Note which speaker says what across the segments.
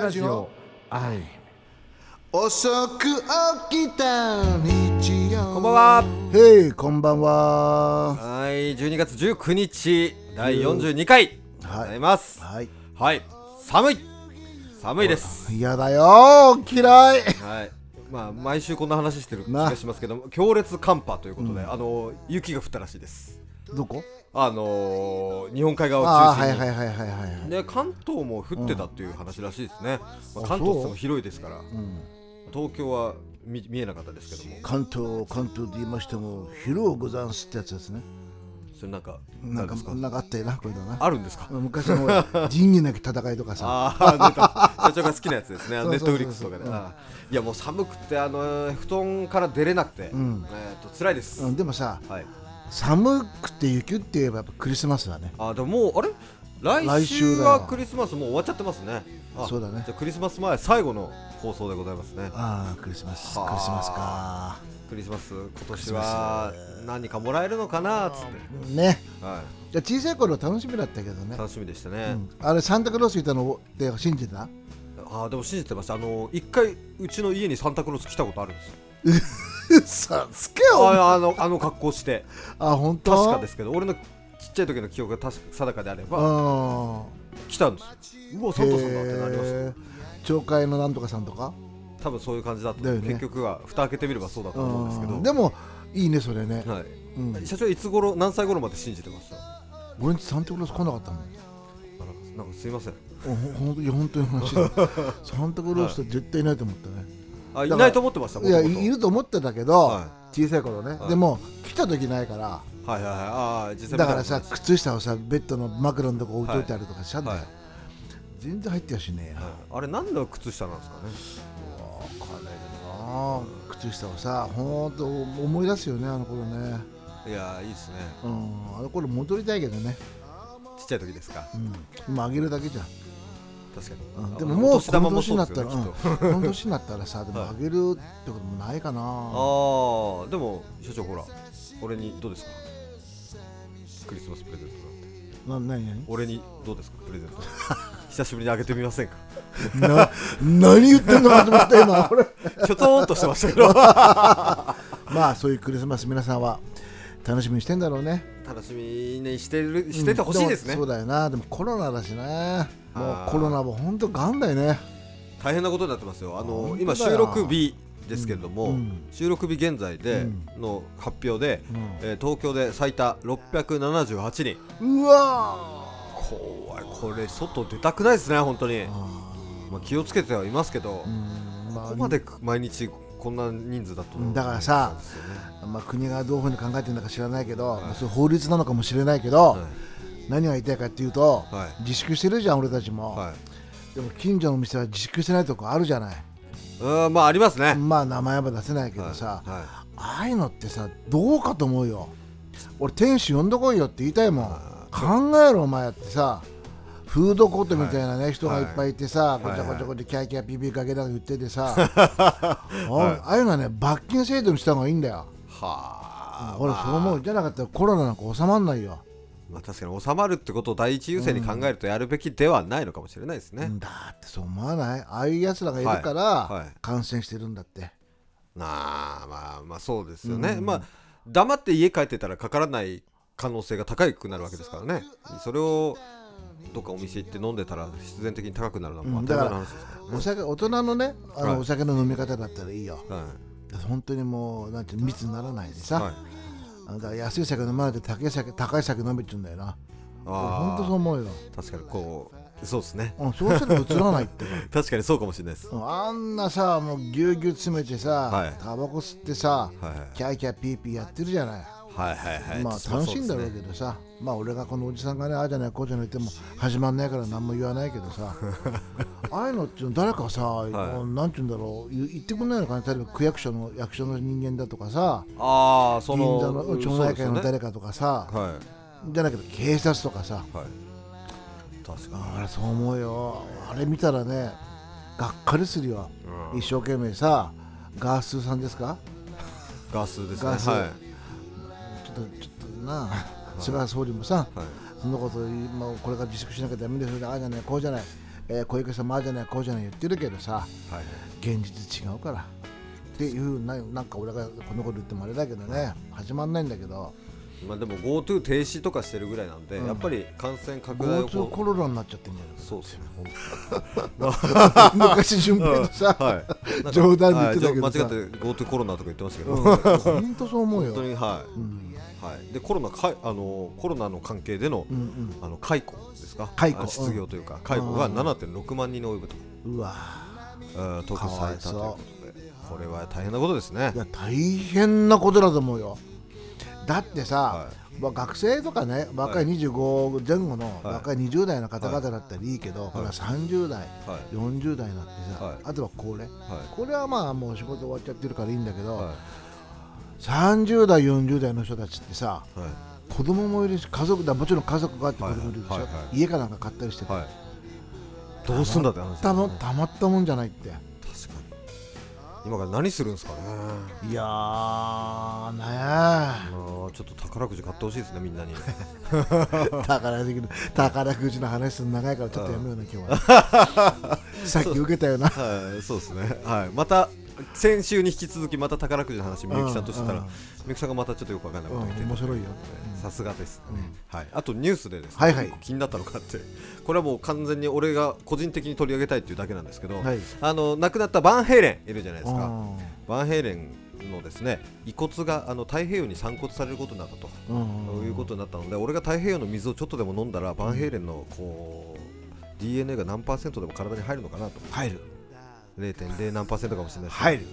Speaker 1: ラジオ
Speaker 2: はい
Speaker 1: 遅く起きた日曜
Speaker 2: こんばんは
Speaker 1: へいこんばんは
Speaker 2: はい12月19日第42回ございます
Speaker 1: はい
Speaker 2: はい寒い寒いです
Speaker 1: 嫌だよ嫌い
Speaker 2: はいまあ毎週こんな話してる気
Speaker 1: な
Speaker 2: がしますけど強烈寒波ということで、あの雪が降ったらしいです
Speaker 1: どこ
Speaker 2: あのー日本海側
Speaker 1: あ
Speaker 2: を
Speaker 1: あ
Speaker 2: 中心
Speaker 1: はい
Speaker 2: に
Speaker 1: はいはいはいはい
Speaker 2: で関東も降ってたっていう話らしいですね、
Speaker 1: う
Speaker 2: ま
Speaker 1: ん
Speaker 2: あ
Speaker 1: あ
Speaker 2: 関東っ
Speaker 1: そう
Speaker 2: ても広いですから、東京は見見えなかったですけども
Speaker 1: 関東関東で言いましても広をござんすってやつですね
Speaker 2: それなんか
Speaker 1: なん
Speaker 2: で
Speaker 1: か
Speaker 2: すか
Speaker 1: なんかあったよなこれだな
Speaker 2: あるんですか
Speaker 1: 昔のほら仁義なき戦いとかさ
Speaker 2: ああ出た社長が好きなやつですねネ
Speaker 1: そうそう
Speaker 2: ッ
Speaker 1: そう
Speaker 2: トフリックスとかで、あーいやもう寒くてあのー布団から出れなくて、
Speaker 1: ん
Speaker 2: えー、と辛いです、
Speaker 1: うんでもさ
Speaker 2: はい
Speaker 1: 寒くて雪って言えばやっぱクリスマスだね
Speaker 2: あーでももうあれ来
Speaker 1: 来
Speaker 2: 週
Speaker 1: 週だ
Speaker 2: はクリスマスもう終わっちゃってますねあ
Speaker 1: そうだね
Speaker 2: じゃあクリスマス前最後の放送でございますね
Speaker 1: ああクリスマスク
Speaker 2: はあ
Speaker 1: リスマスか
Speaker 2: クリスマス今年は何かもらえるのかなっつって、
Speaker 1: ね
Speaker 2: は
Speaker 1: じゃあ小さい頃楽しみだったけど
Speaker 2: い、
Speaker 1: ね
Speaker 2: 楽しみでした
Speaker 1: う
Speaker 2: ね、
Speaker 1: んあれサンタクロースいたのって信じてた
Speaker 2: ああでも信じてましたあの一回うちの家にサンタクロース来たことあるんですよ
Speaker 1: 嘘つけよ
Speaker 2: ああのあの格好して
Speaker 1: あ本当
Speaker 2: 確かですすけど俺のちっちゃい時の記憶が確か定かであれば
Speaker 1: あ
Speaker 2: 来たんですようわサンタさんだってなりました
Speaker 1: た町会のなんとかさんとか
Speaker 2: 多分そういう感じだった、
Speaker 1: だよね
Speaker 2: 結局は蓋開けてみればそうだと思うんですけど
Speaker 1: でもいいねそれね
Speaker 2: はい
Speaker 1: うん
Speaker 2: 社長いつ頃何歳頃まで信じてましたあ
Speaker 1: 俺んちサンタクロース来なかったもん
Speaker 2: なんかなんかすいません
Speaker 1: ほほんといや本当に 話だサンタクロースって絶対いないと思ったね
Speaker 2: あい
Speaker 1: だから
Speaker 2: ないと思ってました
Speaker 1: いや
Speaker 2: 元々
Speaker 1: いると思ってたけど
Speaker 2: は
Speaker 1: 小さい頃ね
Speaker 2: はい
Speaker 1: でも来た時ないから
Speaker 2: はいはいはいああ実際見た
Speaker 1: だからさ
Speaker 2: ことない
Speaker 1: 靴下をさベッドの枕のとこ置いといてあるとかしちゃうんだ
Speaker 2: は
Speaker 1: よ
Speaker 2: い
Speaker 1: 全然入ってやしねえや
Speaker 2: はいあれ何の靴下なんですかね
Speaker 1: わかんないけどな靴下をさほんと思い出すよねあの頃ね
Speaker 2: いやいいですね
Speaker 1: うんあの頃戻りたいけどね、
Speaker 2: ちっちゃい時ですか
Speaker 1: うん、今あげるだけじゃん
Speaker 2: 確か
Speaker 1: う
Speaker 2: に、
Speaker 1: ん
Speaker 2: あ
Speaker 1: でもも
Speaker 2: お
Speaker 1: う
Speaker 2: 年
Speaker 1: こ
Speaker 2: 玉
Speaker 1: の
Speaker 2: も
Speaker 1: 年
Speaker 2: そう
Speaker 1: にな
Speaker 2: で
Speaker 1: っ
Speaker 2: すよ
Speaker 1: たら、
Speaker 2: ね
Speaker 1: うん
Speaker 2: きっと
Speaker 1: この年になったらさで も
Speaker 2: はい
Speaker 1: あげるってこともないかな、
Speaker 2: ああでも社長ほら俺にどうですかクリスマスプレゼントなんて
Speaker 1: な何何
Speaker 2: 俺にどうですかプレゼント 久しぶりにあげてみませんか
Speaker 1: な何言ってんのかと思っ た今俺
Speaker 2: ちょとーんとしてましたけど
Speaker 1: まあそういうクリスマス皆さんは楽しみにしてんだろうね
Speaker 2: 楽しみにしてるしててほしいですね、
Speaker 1: うんもそうだよなでもコロナだしねも
Speaker 2: あー
Speaker 1: うコロナもほんとがんだよね
Speaker 2: 大変なことになってますよあの
Speaker 1: 本当
Speaker 2: 今
Speaker 1: だよ
Speaker 2: 収録日ですけれども、
Speaker 1: うんうん
Speaker 2: 収録日現在で
Speaker 1: うん
Speaker 2: の発表で、
Speaker 1: うん
Speaker 2: えー東京で最多678人
Speaker 1: うわ
Speaker 2: 怖いこれ外出たくないですね本当に
Speaker 1: ー、あ
Speaker 2: まあ、気をつけてはいますけど、
Speaker 1: ーうんま
Speaker 2: こ
Speaker 1: あ
Speaker 2: こまで毎日こんな人数だと
Speaker 1: だからさ
Speaker 2: そうですよね
Speaker 1: まあ、国がどういうふうに考えてるのか知らないけど、まあそういう法律なのかもしれないけど、
Speaker 2: は
Speaker 1: 何が言いたいかっていうと、
Speaker 2: は
Speaker 1: 自粛してるじゃん俺たちも、
Speaker 2: い、はい
Speaker 1: でも近所の店は自粛してないとこあるじゃない、
Speaker 2: うーんまあありますね、
Speaker 1: まあ名前は出せないけど
Speaker 2: は
Speaker 1: さ、
Speaker 2: いはい
Speaker 1: ああいうのってさどうかと思うよ俺店主呼んでこいよって言いたいもん考えろお前ってさフードコートみたいなね、人がいっぱいいて
Speaker 2: は
Speaker 1: さ、
Speaker 2: い
Speaker 1: ごちゃごちゃごちゃキャーキャーピーピーかけながら言って てさ、あああいうのはね罰金制度にした方がいいんだよ
Speaker 2: はあ、
Speaker 1: 俺
Speaker 2: まあ
Speaker 1: そう思うじゃなかったらコロナなんか収まんないよ
Speaker 2: まあ、確かに収まるってことを第一優先に考えるとやるべきではないのかもしれないですね、
Speaker 1: だってそう思わないああいうやつらがいるから、
Speaker 2: はいはい
Speaker 1: 感染してるんだって
Speaker 2: なあまあまあそうですよね、まあ黙って家帰ってたらかからない可能性が高くなるわけですからねそれをどっかお店行って飲んでたら必然的に高くなるのはもう当たり前の話ですからね、
Speaker 1: お酒大人のねあ
Speaker 2: はい
Speaker 1: のお酒の飲み方だったらいいよ
Speaker 2: は
Speaker 1: 本当にもうなんて密にならないでさ、
Speaker 2: い、はい、
Speaker 1: あのだから安い酒飲まないで高い酒高い酒飲めって言うんだよな
Speaker 2: あー
Speaker 1: 本当そう思うよ、
Speaker 2: 確かにこうそうですね
Speaker 1: うん、そうしたら映らないってば
Speaker 2: 確かにそうかもしれないです
Speaker 1: うんあんなさもうぎゅうぎゅう詰めてさ、
Speaker 2: はい
Speaker 1: タバコ吸ってさ、
Speaker 2: はいはい
Speaker 1: キャーキャーピーピーやってるじゃない
Speaker 2: はいはいはい
Speaker 1: まあ楽しいんだろう
Speaker 2: ど
Speaker 1: けどさ、まあ俺がこのおじさんがねああじゃないこうじゃないっても始まんないから何も言わないけ どさああいうのっていうの誰かさ、なんて言うんだろう言言ってくんないのかな例えば区役所の役所の人間だとかさ
Speaker 2: ああそ
Speaker 1: 銀
Speaker 2: の
Speaker 1: 座の町内会の
Speaker 2: そうで
Speaker 1: 誰かとかさ、
Speaker 2: すよねはい
Speaker 1: じゃなくて警察とかさ
Speaker 2: はい確かに
Speaker 1: あれそう思うよあれ見たらねがっかりするよ、
Speaker 2: うん
Speaker 1: 一生懸命さガースーさんですか
Speaker 2: ガスですね
Speaker 1: ガス
Speaker 2: はい
Speaker 1: ちょっとちょっ とな菅総理もさ、
Speaker 2: はい
Speaker 1: そんなこと、まあ、これから自粛しなきゃダメですよああじゃないこうじゃないえー小池さんもああじゃないこうじゃない言ってるけどさ
Speaker 2: はい
Speaker 1: 現実違うからっていうななんか俺がこのこと言ってもあれだけどね始まんないんだけど
Speaker 2: まあ、でも GoTo 停止とかしてるぐらいなんで、やっぱり感染拡大を
Speaker 1: GoTo コ
Speaker 2: こ
Speaker 1: ロナになっちゃってんじゃ
Speaker 2: うそうですね
Speaker 1: ない昔順平とさ、
Speaker 2: はいなんか
Speaker 1: 冗談で言ってたけど
Speaker 2: はい
Speaker 1: さ
Speaker 2: じゃあ間違って GoTo コロナとか言ってましたけど、本
Speaker 1: 本当そう思うよ
Speaker 2: 当にはい、はい、でコロナかあのコロナの関係での、
Speaker 1: うんうん
Speaker 2: あの解雇ですか
Speaker 1: 解雇
Speaker 2: あ失業というか、解雇が7.6万人に及ぶと
Speaker 1: うわ
Speaker 2: うん得
Speaker 1: かわ
Speaker 2: さ
Speaker 1: い
Speaker 2: れた
Speaker 1: そう
Speaker 2: ということでこれは大変なことですね
Speaker 1: いや大変なことだと思うよだってさ、
Speaker 2: は
Speaker 1: まあ、学生とかね若い25前後の
Speaker 2: はい
Speaker 1: 若い20代の方々だったらいいけど、これは30代、
Speaker 2: はい
Speaker 1: 40代になってさ、
Speaker 2: はい
Speaker 1: あとは高齢、
Speaker 2: はい
Speaker 1: これはまあもう仕事終わっちゃってるからいいんだけど、
Speaker 2: は
Speaker 1: 30代40代の人たちってさ
Speaker 2: いはい
Speaker 1: 子供もいるし家族だもちろん家族があって子供いるでしょ、
Speaker 2: はいはいはいは
Speaker 1: 家かなんか買ったりしてて、
Speaker 2: はいどうすんだって話
Speaker 1: たまたまったもんじゃないって
Speaker 2: 確かに今から何するんですかね
Speaker 1: いやーね
Speaker 2: あーちょっと宝くじ買ってほしいですねみんなに
Speaker 1: え 宝くじの宝くじの話するの長いからちょっとやめようね今日 はさっき受けたよな
Speaker 2: はいそうですねはいまた先週に引き続きまた宝くじの話みゆきさんとしてた
Speaker 1: うん
Speaker 2: ら
Speaker 1: うん
Speaker 2: みゆきさんがまたちょっとよくわかんないこと言って
Speaker 1: うん面白いよ
Speaker 2: さすがですね、はい、あとニュースでですね、
Speaker 1: はいはい
Speaker 2: 結構気になったのがあってこれはもう完全に俺が個人的に取り上げたいっていうだけなんですけど、
Speaker 1: はい
Speaker 2: あの亡くなったバンヘイレンいるじゃないですか、
Speaker 1: うん
Speaker 2: バンヘイレンのですね遺骨があの太平洋に散骨されることになったと、
Speaker 1: うん
Speaker 2: いうことになったので俺が太平洋の水をちょっとでも飲んだらバンヘイレンのこう DNA が何パーセントでも体に入るのかなと
Speaker 1: 入る
Speaker 2: 0.0何パーセントかもしれないですけど
Speaker 1: 入る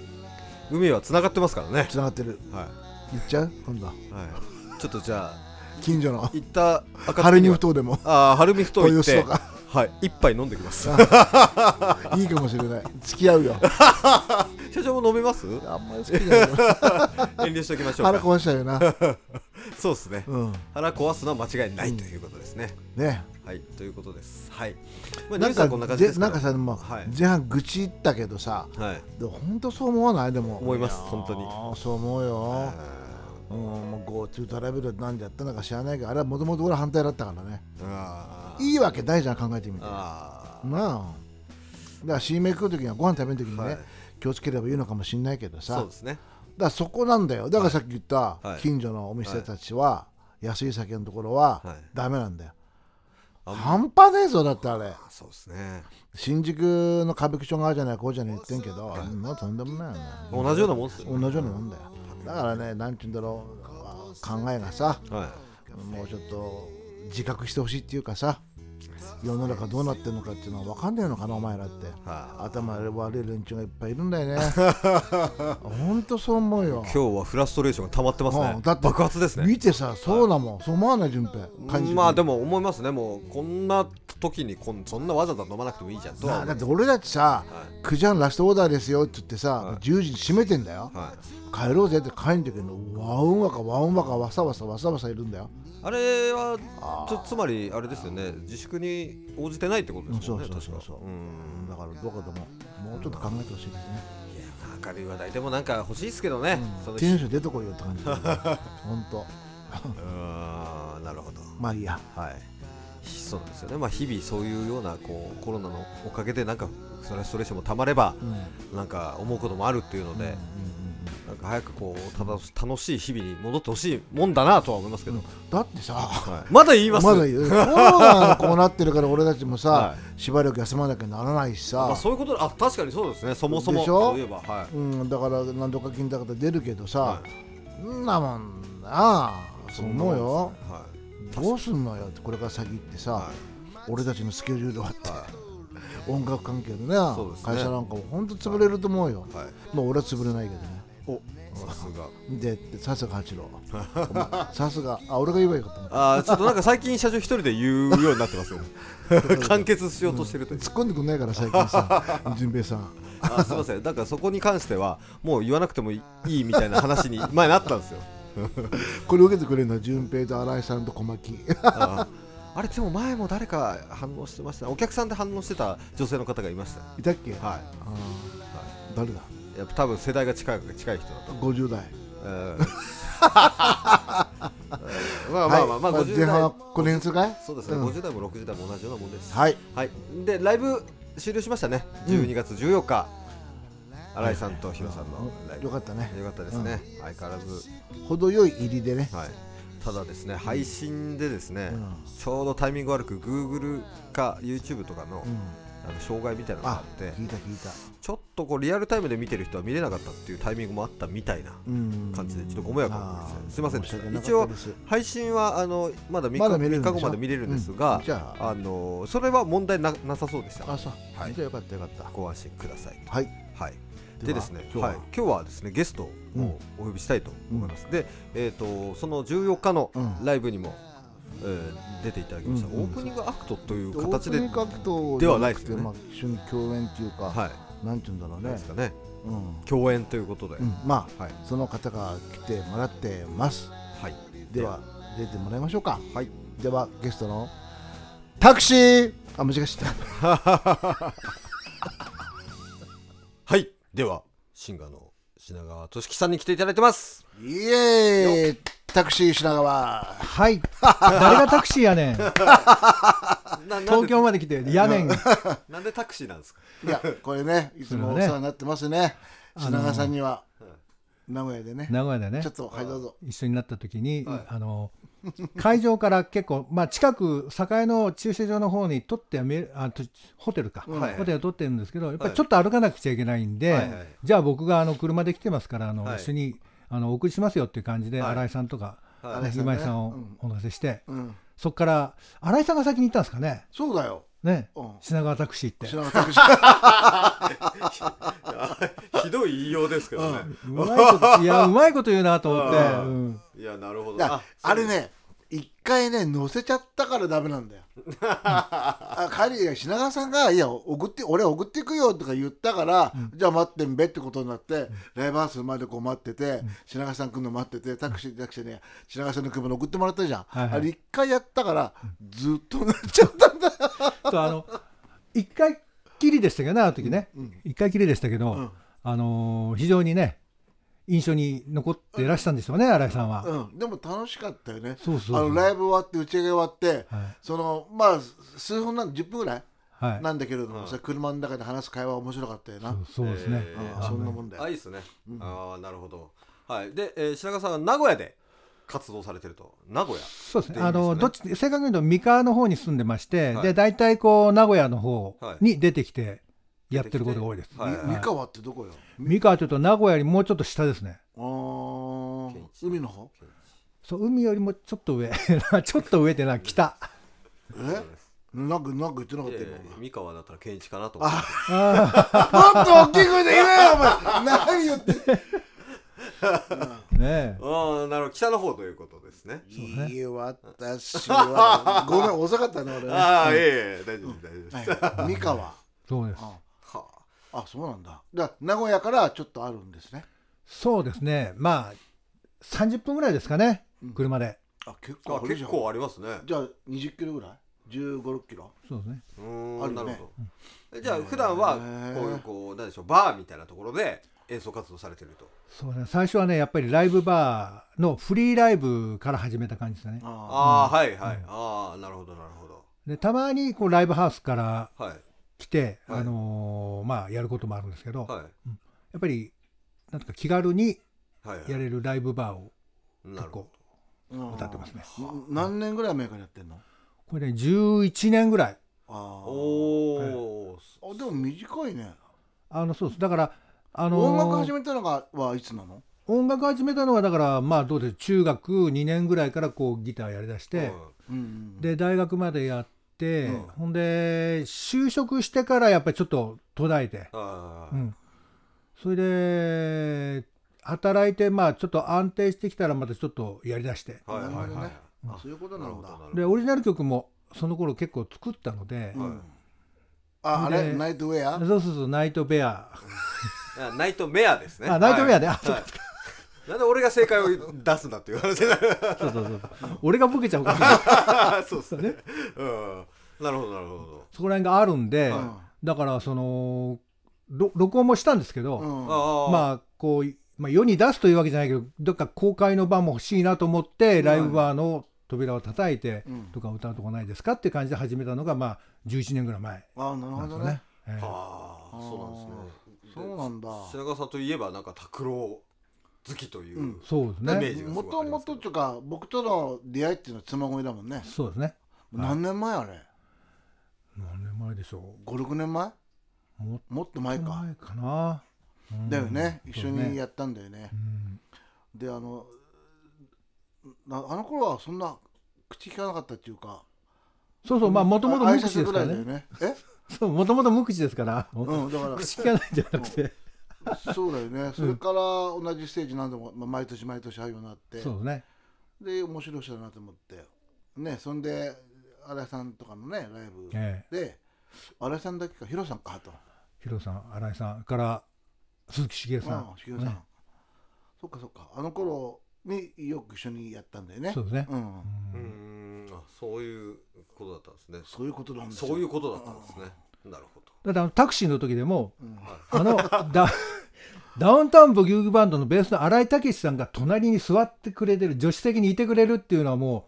Speaker 2: 海はつながってますからね
Speaker 1: つながってる
Speaker 2: は
Speaker 1: 言っちゃう今度
Speaker 2: い、はい、ちょっとじゃあ
Speaker 1: 近所 の
Speaker 2: 行った暁には
Speaker 1: 春にふ 頭でも
Speaker 2: ああ晴海ふ頭行っ
Speaker 1: 豊
Speaker 2: て
Speaker 1: 洲とか
Speaker 2: はい一杯飲んできます
Speaker 1: いいかもしれない付き合うよ
Speaker 2: 社長も飲めます
Speaker 1: あんまり好きじゃないよ
Speaker 2: 遠慮しておきましょう
Speaker 1: 腹
Speaker 2: か
Speaker 1: 壊しちゃうよな
Speaker 2: そうですね、
Speaker 1: うん
Speaker 2: 腹壊すのは間違いないということですね、
Speaker 1: ね
Speaker 2: はいということですはい、まあ、ニュ
Speaker 1: な
Speaker 2: ー
Speaker 1: ん
Speaker 2: スは
Speaker 1: か
Speaker 2: こんな感じ
Speaker 1: ぜ
Speaker 2: です
Speaker 1: な
Speaker 2: か
Speaker 1: んからさもう
Speaker 2: はい
Speaker 1: 前半愚痴言ったけどさ
Speaker 2: はい
Speaker 1: でも本当そう思わないでも
Speaker 2: 思います
Speaker 1: やー
Speaker 2: 本当に
Speaker 1: そう思うよ
Speaker 2: あ
Speaker 1: うんもう GoTo トラベルなんでやったのか知らないけどあれはもともと俺反対だったからね
Speaker 2: ーあー
Speaker 1: いいわけないじゃん考えてみてな
Speaker 2: あ
Speaker 1: あだからシーメイ食う時にはご飯食べる時にね、
Speaker 2: はい
Speaker 1: 気をつければいいのかもしれないけど
Speaker 2: ー
Speaker 1: さ
Speaker 2: そう
Speaker 1: だ
Speaker 2: で
Speaker 1: か
Speaker 2: すね
Speaker 1: らそこなんだよだからさっき言った
Speaker 2: はい
Speaker 1: 近所のお店たちは、安い酒のところは
Speaker 2: はい
Speaker 1: ダメなんだよ、
Speaker 2: あ
Speaker 1: 半端ねえぞだってあれ
Speaker 2: あそうですね
Speaker 1: 新宿の歌舞伎町がああじゃないこうじゃない言ってんけど、もうとんでもないよね
Speaker 2: 同じようなもんっすよ
Speaker 1: 同じようなもんだよだからねなんて言うんだろう考えがさ
Speaker 2: は
Speaker 1: もうちょっと自覚してほしいっていうかさ世の中どうなってるのかっていうのは分かんないのかなお前らって
Speaker 2: い、は
Speaker 1: 頭悪い連中がいっぱいいるんだよ ねほんとそう思うよ
Speaker 2: い、今日はフラストレーションが溜まってます
Speaker 1: う
Speaker 2: ね
Speaker 1: んだって
Speaker 2: 爆発ですね
Speaker 1: 見てさそうだもんそう思わない順平感じ
Speaker 2: まあでも思いますねもうこんな時にこんそんなわざわざ飲まなくてもいいじゃんとは
Speaker 1: な
Speaker 2: 思
Speaker 1: だっ
Speaker 2: う
Speaker 1: て俺たちさ
Speaker 2: はい
Speaker 1: 9時半ラストオーダーですよって言って
Speaker 2: は
Speaker 1: さ
Speaker 2: い
Speaker 1: 10時に閉めてんだよ
Speaker 2: はい
Speaker 1: 帰ろうぜって帰んだけどわうんわかわうんわかわさわさわさわさいるんだよ
Speaker 2: あれはちょつまりあれですよね自粛に応じてないってことですよね
Speaker 1: そうそうそうそう
Speaker 2: 確かん
Speaker 1: だからどこでももうちょっと考えてほしいですね
Speaker 2: いや明るい話題でもなんか欲しいですけどね、その
Speaker 1: テンション出てこいよって感じ ほんと
Speaker 2: あーなるほど
Speaker 1: まあいいや
Speaker 2: はいそうなんですよねまあ日々そういうようなこうコロナのおかげでなんかそれストレスもたまれば
Speaker 1: うんうん
Speaker 2: なんか思うこともあるっていうので、なんか早くこうただ楽しい日々に戻ってほしいもんだなとは思いますけ
Speaker 1: うんう
Speaker 2: ど、
Speaker 1: んだってさ
Speaker 2: はいまだ言います
Speaker 1: まだ言うコロナがこうなってるから俺たちも
Speaker 2: は
Speaker 1: さしばらく休まなきゃならないし
Speaker 2: まあ、
Speaker 1: さ
Speaker 2: そういうことあ確かにそうですねそもそも
Speaker 1: でしょ
Speaker 2: そういえばはい
Speaker 1: うんだから何度か金高で出るけどさ
Speaker 2: は
Speaker 1: んなもんなあそう思うよ
Speaker 2: そんなもんですね
Speaker 1: どうすんのよってこれから先行ってさ
Speaker 2: は
Speaker 1: 俺たちのスケジュールはって
Speaker 2: はい、はい
Speaker 1: 音楽関係の
Speaker 2: そう
Speaker 1: ね
Speaker 2: ですね
Speaker 1: 会社なんかもほんと潰れると思うよ
Speaker 2: はい。
Speaker 1: まあ俺は潰れないけどね
Speaker 2: お、さすが。
Speaker 1: でさすが八郎さすがあ俺が言えばよかったな
Speaker 2: あー、ちょっとなんか最近社長一人で言うようになってますよ ね。完結しようとしてるという。
Speaker 1: 突っ込んでくんないから最近さ 純平さん
Speaker 2: あー、すみません。なんかそこに関してはもう言わなくてもいいみたいな話に前なったんですよ。
Speaker 1: これ受けてくれるのは純平と新井さんと小牧
Speaker 2: あーあれでも前も誰か反応してましたね。お客さんで反応してた女性の方がいましたよ。
Speaker 1: いたっけ、
Speaker 2: は
Speaker 1: あー
Speaker 2: い。は
Speaker 1: 誰だ
Speaker 2: い。やっぱ多分世代が近い近い人だと。
Speaker 1: 50代
Speaker 2: うん まあまあまあ、まあ、
Speaker 1: はい
Speaker 2: 50
Speaker 1: 前
Speaker 2: 代
Speaker 1: 半はこの辺にするかい
Speaker 2: そうですね、
Speaker 1: うん
Speaker 2: 50代も60代も同じようなもんです。
Speaker 1: はい
Speaker 2: はい、で、ライブ終了しましたね、12月14日、新井さんとヒロさんのライブ。
Speaker 1: よかったね
Speaker 2: よかったですね、相変わらず、
Speaker 1: 程よい入りでね
Speaker 2: はい、ただですね、配信でですね、
Speaker 1: うん
Speaker 2: ちょうどタイミング悪く、Google か YouTube とかの,、
Speaker 1: うん
Speaker 2: あの障害みたいなのがあ
Speaker 1: あ
Speaker 2: って、
Speaker 1: 聞いた聞いた
Speaker 2: ちょっとこうリアルタイムで見てる人は見れなかったっていうタイミングもあったみたいな
Speaker 1: うん
Speaker 2: 感じで、ちょっとご迷惑をおかけして、すみませんでした。一
Speaker 1: 応
Speaker 2: 応配信はあのまだ3日
Speaker 1: まだ見れるん
Speaker 2: 3日
Speaker 1: でしょ
Speaker 2: 後まで見れるんですが、
Speaker 1: うんじゃあ
Speaker 2: あのそれは問題ななさそうでした。
Speaker 1: あそう、
Speaker 2: はい
Speaker 1: じゃあよかったよかった
Speaker 2: ご安心くださいと。
Speaker 1: はい
Speaker 2: はい。で
Speaker 1: では
Speaker 2: ですね、
Speaker 1: 今日は
Speaker 2: はい、今日はですねゲストをお呼びしたいと思います。で、えっ、とその14日の
Speaker 1: うん
Speaker 2: ライブにも、えー出ていただきました、
Speaker 1: うんうん
Speaker 2: オープニングアクトという
Speaker 1: オー
Speaker 2: 形
Speaker 1: プ
Speaker 2: で、
Speaker 1: ニングアクト
Speaker 2: ではないですよね
Speaker 1: まあ、一緒に共演っていうか、
Speaker 2: は
Speaker 1: なんて言うんだろう
Speaker 2: い、なんで
Speaker 1: ね
Speaker 2: すかね、
Speaker 1: うん、
Speaker 2: 共演ということで、
Speaker 1: うん、まあ、
Speaker 2: はい
Speaker 1: その方が来てもらってます
Speaker 2: はい。
Speaker 1: では出てもらいましょうか
Speaker 2: はい。
Speaker 1: ではゲストのタクシーあ間違えちゃった
Speaker 2: はい。ではシンガーの品川俊樹さんに来ていただいてます。
Speaker 1: イエーイタクシー品川
Speaker 3: はい。誰がタクシーやねん。
Speaker 2: ななんで
Speaker 3: 東京まで来て、やねん。
Speaker 2: なんでタクシーなんですか。
Speaker 1: いやこれねいつもお世話になってますね
Speaker 3: あの
Speaker 1: 品川さんには名古屋でね
Speaker 3: 名古屋でね
Speaker 1: ちょっ、とはいどうぞ
Speaker 3: 一緒になった時に
Speaker 2: はい、
Speaker 3: あの、会場から結構、まあ近く、栄の駐車場の方に取ってはめ、あとホテルか。
Speaker 2: はい
Speaker 3: ホテルを取ってるんですけど、やっぱ
Speaker 2: は
Speaker 3: り
Speaker 2: い
Speaker 3: ちょっと歩かなくちゃいけないんで、
Speaker 2: はいはい
Speaker 3: じゃあ僕があの車で来てますから、あの、
Speaker 2: はい
Speaker 3: 一緒に、あの、お送りしますよっていう感じで、
Speaker 2: はい
Speaker 3: 新井さんとか、
Speaker 2: はい
Speaker 1: 新井さんね
Speaker 3: 今井さんを
Speaker 1: うん
Speaker 3: お乗せして、
Speaker 1: うん
Speaker 3: そこから、新井さんが先に行ったんですかね。
Speaker 1: そうだよ
Speaker 3: ね。
Speaker 1: うん
Speaker 3: 品川タクシーって。
Speaker 1: 品川タクシー
Speaker 2: ひどい言いようですけどね。
Speaker 3: うまいこと、いや、うまいこと言うなと思って。
Speaker 2: あー
Speaker 3: うん
Speaker 2: いやなるほ
Speaker 1: い
Speaker 2: ど。
Speaker 1: やあれ。ね一回ね乗せちゃったからダメなん だよあ帰りいや品川さんが「いや送って俺送っていくよ」とか言ったから、じゃあ待ってんべってことになって、ライブハウスまでこう待ってて、品川さん来るの待っててタクシータクシーね品川さんの車に送ってもらったじゃん、
Speaker 3: はいはい
Speaker 1: あれ一回やったからずっとなっちゃったんだよ
Speaker 3: とあの一回きりでしたけどねあの時ね一、回きりでしたけど、
Speaker 1: ん
Speaker 3: あのー非常にね印象に残っていらしたんでしょうね新井さんは、
Speaker 1: うん、でも楽しかったよね
Speaker 3: そうそうそう
Speaker 1: あのライブ終わって打ち上げ終わって、
Speaker 3: はい
Speaker 1: そのまあ数分なん10分ぐらい
Speaker 3: はい
Speaker 1: なんだけれども、それ車の中で話す会話面白かったよな、
Speaker 3: そうそうですね、
Speaker 2: えー
Speaker 1: ああそんなもんだよ
Speaker 2: あいいですね。ああなるほど。はい。で、えー、品川さんは名古屋で活動されてると。名古屋。
Speaker 3: そうです
Speaker 2: って
Speaker 3: ね
Speaker 2: いい
Speaker 3: あ
Speaker 2: ですよ
Speaker 3: の
Speaker 2: ね
Speaker 3: どっち正確に言うと三河の方に住んでまして、
Speaker 2: はい
Speaker 3: で大体こう名古屋の方に出てきてやってることが多いです、
Speaker 2: はい
Speaker 1: み三河ってどこよ
Speaker 3: 三河というと名古屋よりもうちょっと下ですね
Speaker 1: あー海の方
Speaker 3: そう海よりもちょっと上 ちょっと上ってのは北
Speaker 1: えなんかなんか言ってなかっ
Speaker 2: いやいや
Speaker 1: たよ今
Speaker 2: 三河だったら健一かなと思って。
Speaker 1: もっと大きい声で言えよお前何 言って
Speaker 3: ねえ
Speaker 2: ああなるほど。北の方ということですね。
Speaker 1: いい私 はごめん遅かったね俺ね
Speaker 2: ああいえいえ大丈夫大丈夫です。
Speaker 1: はい三河
Speaker 3: そうです
Speaker 1: あ
Speaker 2: は
Speaker 1: あそうなんだだから名古屋からちょっとあるんですね
Speaker 3: そうですね、まあ、30分ぐらいですかね、車で。
Speaker 1: あ結
Speaker 2: あ。
Speaker 1: 構
Speaker 2: あ
Speaker 1: あるじ
Speaker 2: 結
Speaker 1: ゃん
Speaker 2: 構ありますね。
Speaker 1: じゃあ20キロぐらい1 5六6キロ
Speaker 3: そうですね。
Speaker 2: うーん
Speaker 1: あるね
Speaker 2: なるほど。えじゃあ普段はこういうこうなんでしょうバーみたいなところで演奏活動されてると。
Speaker 3: そうね、最初はね、やっぱりライブバーのフリーライブから始めた感じですね。
Speaker 1: あ
Speaker 2: ああはいはい。ああなるほどなるほど。
Speaker 3: で、たまにこうライブハウスから
Speaker 2: はい
Speaker 3: 来て、
Speaker 2: はい
Speaker 3: あのーまあ、やることもあるんですけど、や
Speaker 2: はい
Speaker 3: っぱり、なんとか気軽に
Speaker 2: はいはい。
Speaker 3: やれるライブバーを
Speaker 2: なる
Speaker 3: 結
Speaker 2: ほど
Speaker 3: 構。歌ってますね。
Speaker 1: ー何年ぐらい前からやってんの
Speaker 3: これね、11年ぐらい。
Speaker 1: あ
Speaker 2: おお、
Speaker 1: ーあでも短いね
Speaker 3: あの、そうです。だから、あのー
Speaker 1: 音楽始めたのがはいつなの
Speaker 3: 音楽始めたのは、だから、まあ、どうでしょう、中学2年ぐらいからこうギターやりだして、
Speaker 1: うんうん
Speaker 3: で大学までやって、
Speaker 2: うん
Speaker 3: ほんで就職してからやっぱりちょっと途絶えて、
Speaker 2: あ
Speaker 3: う
Speaker 2: ー
Speaker 3: ん、それで働いてまあちょっと安定してきたらまたちょっとやりだして
Speaker 2: はいはい
Speaker 1: なるほど
Speaker 2: はい
Speaker 1: ね。あそういうこと
Speaker 2: な
Speaker 1: な
Speaker 2: る
Speaker 1: ん
Speaker 2: ほど
Speaker 1: だ
Speaker 2: なるほど。
Speaker 3: でオリジナル曲もその頃結構作ったので、
Speaker 2: はい
Speaker 1: ああれ
Speaker 3: で
Speaker 1: ナイトウェア
Speaker 3: そうそうそう「ナイトベア
Speaker 2: あナイトメアです」ね。
Speaker 3: あナイトベアね、
Speaker 2: はい
Speaker 3: あそう
Speaker 2: はいなんで俺が正解を出すんだっていう話になる。
Speaker 3: そうそうそう俺がボケちゃうかもしれない
Speaker 2: そうですね。うん。なるほどなるほど。
Speaker 3: そこら辺があるんで、
Speaker 1: は
Speaker 3: だからそのろ録音もしたんですけど、
Speaker 1: うん
Speaker 2: ああ。あ
Speaker 3: まあこうまあ、世に出すというわけじゃないけどどっか公開の場も欲しいなと思ってライブバーの扉を叩いて
Speaker 4: うん
Speaker 3: とか歌うとこないですかっていう感じで始めたのがまあ11年ぐらい前
Speaker 4: ああなる
Speaker 3: な
Speaker 4: ほ
Speaker 3: んで
Speaker 4: どね
Speaker 3: すよね。ええ
Speaker 2: ああ
Speaker 4: あー
Speaker 2: そうなんですね
Speaker 1: そうなんだ
Speaker 2: 品川さんといえばなんか拓郎好きという、
Speaker 4: うん
Speaker 3: そうです
Speaker 2: イメー
Speaker 3: ね。
Speaker 2: ジがす
Speaker 1: も
Speaker 2: ごい
Speaker 1: と
Speaker 2: ありま
Speaker 1: も
Speaker 2: すけ
Speaker 1: と
Speaker 2: ど
Speaker 1: っていうか僕との出会いっていうのは妻恋だもんね
Speaker 3: そうですね。
Speaker 1: 何年前あれ
Speaker 3: 何年前でしょ
Speaker 1: 56年前
Speaker 3: う。もっ
Speaker 1: もっと前
Speaker 3: と
Speaker 1: か
Speaker 3: 前かな。うん
Speaker 1: だよね一緒
Speaker 3: そうです
Speaker 1: に
Speaker 3: ね
Speaker 1: やったんだよね
Speaker 3: うん
Speaker 1: であのなあの頃はそんな口聞かなかったっていうか
Speaker 3: そうそう、まあ、もともと
Speaker 1: あ
Speaker 3: 無
Speaker 1: 挨
Speaker 3: 口
Speaker 1: 拶
Speaker 3: です
Speaker 1: ぐ
Speaker 3: からら
Speaker 1: いだよ
Speaker 3: ね。
Speaker 1: ねえ
Speaker 3: そう、もともと無口ですから。
Speaker 1: うんだから
Speaker 3: 口利かないんじゃなくて。
Speaker 1: そうだよねそれから同じステージ何度も、まあ、毎年毎年会うようになって
Speaker 3: そうですね。
Speaker 1: で面白い人だなと思ってねそんで荒井さんとかのねライブ
Speaker 3: ええ。
Speaker 1: で荒井さんだけかヒロさんかと
Speaker 3: ヒロさん、新井さんから。鈴木茂さ
Speaker 1: うん
Speaker 3: ん。
Speaker 1: 茂さん、
Speaker 3: ね
Speaker 1: そっかそっかあの頃によく一緒にやったんだよね
Speaker 3: そうですね。
Speaker 1: うん、
Speaker 2: うー
Speaker 3: うん
Speaker 2: んあそういうことだったんですね
Speaker 1: そういうことなんですよ
Speaker 2: そういうことだったんですねなるほど
Speaker 3: だってあのタクシーの時でも、
Speaker 1: うん
Speaker 3: あの、 ダダウンタウンブギウギバンドのベースの新井武さんが隣に座ってくれてる、助手席にいてくれるっていうのはも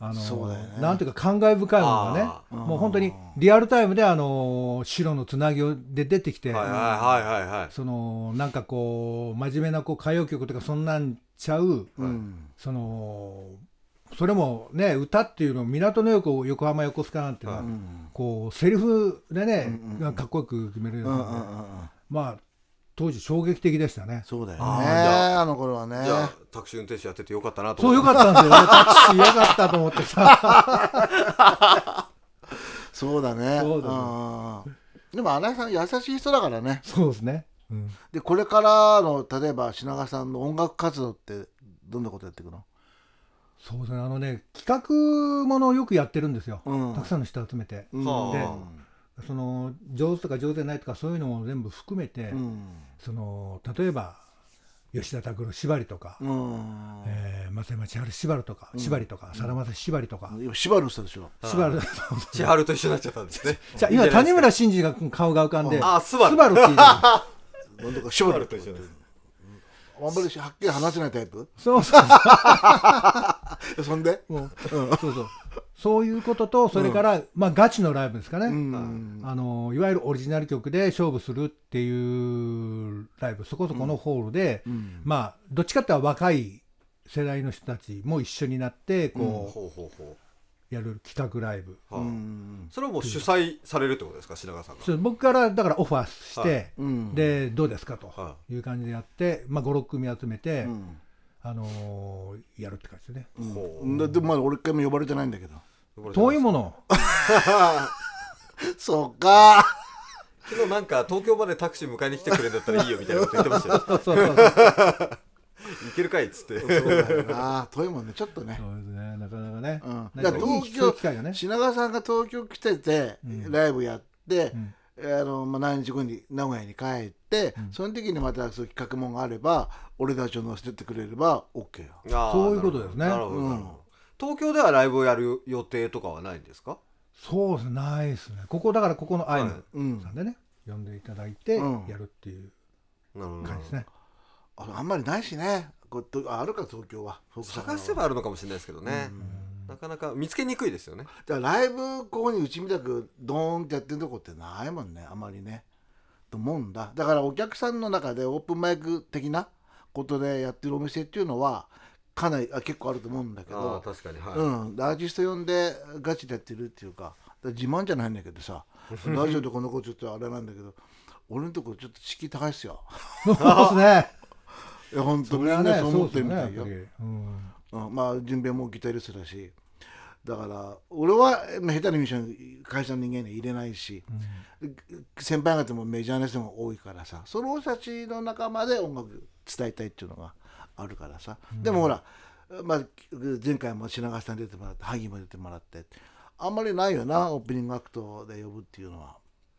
Speaker 3: う、あの、
Speaker 1: そうだよね
Speaker 3: なんていうか感慨深いものがね
Speaker 2: あ、
Speaker 1: ー
Speaker 3: もう本当にリアルタイムで、あの、白のつなぎをで出てきて、
Speaker 2: はいはいはいはいはい
Speaker 3: その、なんかこう、真面目なこう歌謡曲とかそんなんちゃう、
Speaker 1: うん
Speaker 3: その、それもね、歌っていうの、港の横、横浜横須賀なんていうのは、
Speaker 2: はい
Speaker 1: うん
Speaker 3: こうセリフでね、
Speaker 1: うんうんうん
Speaker 3: かっこよく決めるよ
Speaker 1: う
Speaker 3: うなんの
Speaker 1: う
Speaker 3: で、
Speaker 1: んうん
Speaker 3: まあ当時衝撃的でしたね
Speaker 1: そうだよね
Speaker 2: あーじゃ
Speaker 1: あの頃はね
Speaker 2: じゃあタクシー運転手やっててよかったなと
Speaker 3: そう
Speaker 2: 思
Speaker 3: よ
Speaker 2: っ
Speaker 3: か
Speaker 2: た
Speaker 3: ったんですよねタクシーよかったと思ってさ
Speaker 1: そうだね
Speaker 3: そうだね
Speaker 1: うんでも荒井さん優しい人だからね
Speaker 3: そうですね、うん
Speaker 1: でこれからの例えば品川さんの音楽活動ってどんなことやっていくの、
Speaker 3: そうですねあのね企画ものをよくやってるんですよ、
Speaker 1: うん
Speaker 3: たくさんの人集めて、
Speaker 1: うん
Speaker 2: は
Speaker 3: その上手とか上手でないとかそういうのも全部含めて、
Speaker 1: うん
Speaker 3: その例えば吉田拓郎縛りとか、
Speaker 1: うん
Speaker 3: えー松山千春縛るとか縛りとかさだまさし縛りとか、
Speaker 1: 今縛る人でしょ
Speaker 3: 縛 る
Speaker 2: 千春と一緒になっちゃったんですね
Speaker 3: じゃあ
Speaker 2: いい
Speaker 3: 今
Speaker 2: じゃないで
Speaker 3: 谷
Speaker 2: すか
Speaker 3: 村新司が顔が浮かんで
Speaker 2: あスバル
Speaker 3: スバルって言うじゃん
Speaker 1: なんとか縛
Speaker 2: 千
Speaker 1: る
Speaker 2: 春と一緒です
Speaker 1: あんまりはっきり話せないタイプ
Speaker 3: そうそうそ
Speaker 1: えそんで
Speaker 3: う。そうそう。そういうことと、それから、まあ、ガチのライブですかね。
Speaker 1: うん
Speaker 3: あの、いわゆるオリジナル曲で勝負するっていうライブ、そこそこのホールで、
Speaker 1: うん
Speaker 3: まあ、どっちかっていうと若い世代の人たちも一緒になって、こ
Speaker 2: ほうほうほ
Speaker 3: う、やる企画ライブ。
Speaker 2: う、はあ
Speaker 1: うん
Speaker 2: それはもう主催されるってことですか品川さんが
Speaker 3: そう僕から、だからオファーして、
Speaker 1: うん
Speaker 3: で、どうですかと
Speaker 2: は
Speaker 3: いう感じでやって、まあ、5、6組集めて、
Speaker 1: うん
Speaker 3: あのーやるって感じですね。
Speaker 2: ほ
Speaker 1: うんででもまだ俺一回も呼ばれてないんだけど
Speaker 2: う
Speaker 3: 遠い もの。
Speaker 1: そうか
Speaker 2: 昨日なんか東京までタクシー迎えに来てくれるんだったらいいよみたいなこと言ってましたよ
Speaker 3: そうそうそうそう。
Speaker 2: 行けるかいっつって
Speaker 1: そうだよな遠いもんねちょっとね
Speaker 3: そうですね、なかなかね。
Speaker 1: うん
Speaker 3: なんか
Speaker 1: だから
Speaker 3: いい
Speaker 1: 東京
Speaker 3: 機会がね。
Speaker 1: 品川さんが東京来てて、
Speaker 3: うん
Speaker 1: ライブやって、
Speaker 3: ん
Speaker 1: あのまあ、何日後に名古屋に帰って、その時にまたそういう企画もんがあれば俺たちを乗せてってくれれば OK よ
Speaker 2: あー
Speaker 3: そういうことですね
Speaker 2: なるほど、なるほど
Speaker 1: うん
Speaker 2: 東京ではライブをやる予定とかはないんですか
Speaker 3: そうですね、ないですね。ここだからここのアイヌ
Speaker 1: うん
Speaker 3: さんでね、呼んでいただいてや
Speaker 1: うん
Speaker 3: るっていう
Speaker 2: なるほどなる
Speaker 3: 感
Speaker 2: ほ
Speaker 3: じ
Speaker 2: ど
Speaker 3: ですね。
Speaker 1: ああんまりないしねこうとああるか東京は
Speaker 2: 探せばあるのかもしれないですけどね、なかなか見つけにくいですよね
Speaker 1: だからライブここにうちみたくドーンってやってるとこってないもんねあまりねと思うんだだからお客さんの中でオープンマイク的なことでやってるお店っていうのはかなりあ結構あると思うんだけ
Speaker 2: ああ
Speaker 1: ど
Speaker 2: 確かにはい、
Speaker 1: うん、でアーティスト呼んでガチでやってるっていうかだから自慢じゃないんだけど さラジオでこの子ちょっとあれなんだけど俺のとこちょっと敷居高いっすよ
Speaker 3: そうですね。
Speaker 1: いや本当
Speaker 3: そ
Speaker 1: みん
Speaker 3: れは
Speaker 1: な
Speaker 3: ね、
Speaker 1: そう
Speaker 3: そ
Speaker 1: 思
Speaker 3: う
Speaker 1: っ
Speaker 3: です
Speaker 1: てるみた
Speaker 3: よね、やっ
Speaker 1: い
Speaker 3: ぱ
Speaker 1: よ
Speaker 3: り。うん
Speaker 1: うん、まあ順平もギタリストだしだから俺はまあ下手にミッション会社の人間には入れないし、先輩方もメジャーな人も多いからさその人たちの仲間で音楽伝えたいっていうのがあるからさ、でもほら、まあ、前回も品川さん出てもらって萩も出てもらってあんまりないよなオープニングアクトで呼ぶっていうのは、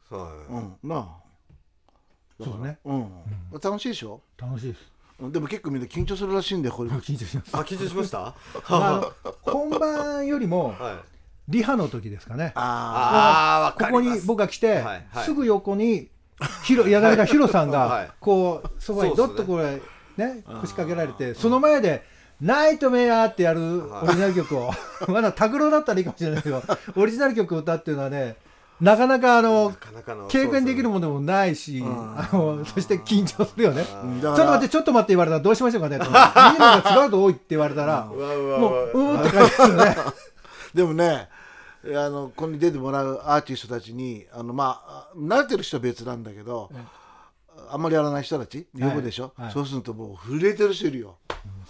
Speaker 2: はい
Speaker 1: うん、なあ
Speaker 3: そうね、
Speaker 1: うん楽しいでしょ
Speaker 3: 楽しいです。
Speaker 1: うんでも結構みんな緊張するらしいんでこれ
Speaker 3: 緊張します。
Speaker 2: あ緊張しました
Speaker 3: まああの本番よりも
Speaker 2: はい
Speaker 3: リハの時ですかね。
Speaker 1: あ
Speaker 2: ああわ
Speaker 3: こ
Speaker 2: かり
Speaker 3: こ
Speaker 2: ます
Speaker 3: に僕が来て
Speaker 2: はい、はい
Speaker 3: すぐ横に
Speaker 5: ヒロいやだからヒロさん
Speaker 2: は
Speaker 5: が
Speaker 2: い
Speaker 5: こうそばに
Speaker 2: そ
Speaker 5: ど
Speaker 2: う
Speaker 5: っ
Speaker 2: っすね
Speaker 5: とこれね腰掛けられてその前で「ナイトメア」ってやるオ
Speaker 2: はい
Speaker 5: リジナル曲を まだ拓郎だったらいいかもしれないけどオリジナル曲を歌うっていうのはねなかなかあの
Speaker 2: なかなかの
Speaker 5: 経験できる
Speaker 2: も
Speaker 5: ものもないしあのそして緊張するよね。
Speaker 1: うん
Speaker 5: ち
Speaker 1: だ
Speaker 5: ょ
Speaker 1: か
Speaker 5: っと
Speaker 1: ら
Speaker 5: 待ってちょっと待って言われたらどうしましょうかねと思って見るのが違うと多いって言われたらも
Speaker 2: うわう
Speaker 5: う
Speaker 2: わうわ
Speaker 5: うーんって感じですよね。
Speaker 1: でもねあのここに出てもらうアーティストたちにあの、まあ、慣れてる人は別なんだけど、あんまりやらない人たち呼ぶでしょ、
Speaker 5: はいはい
Speaker 1: そうするともう震えてる人いるよ、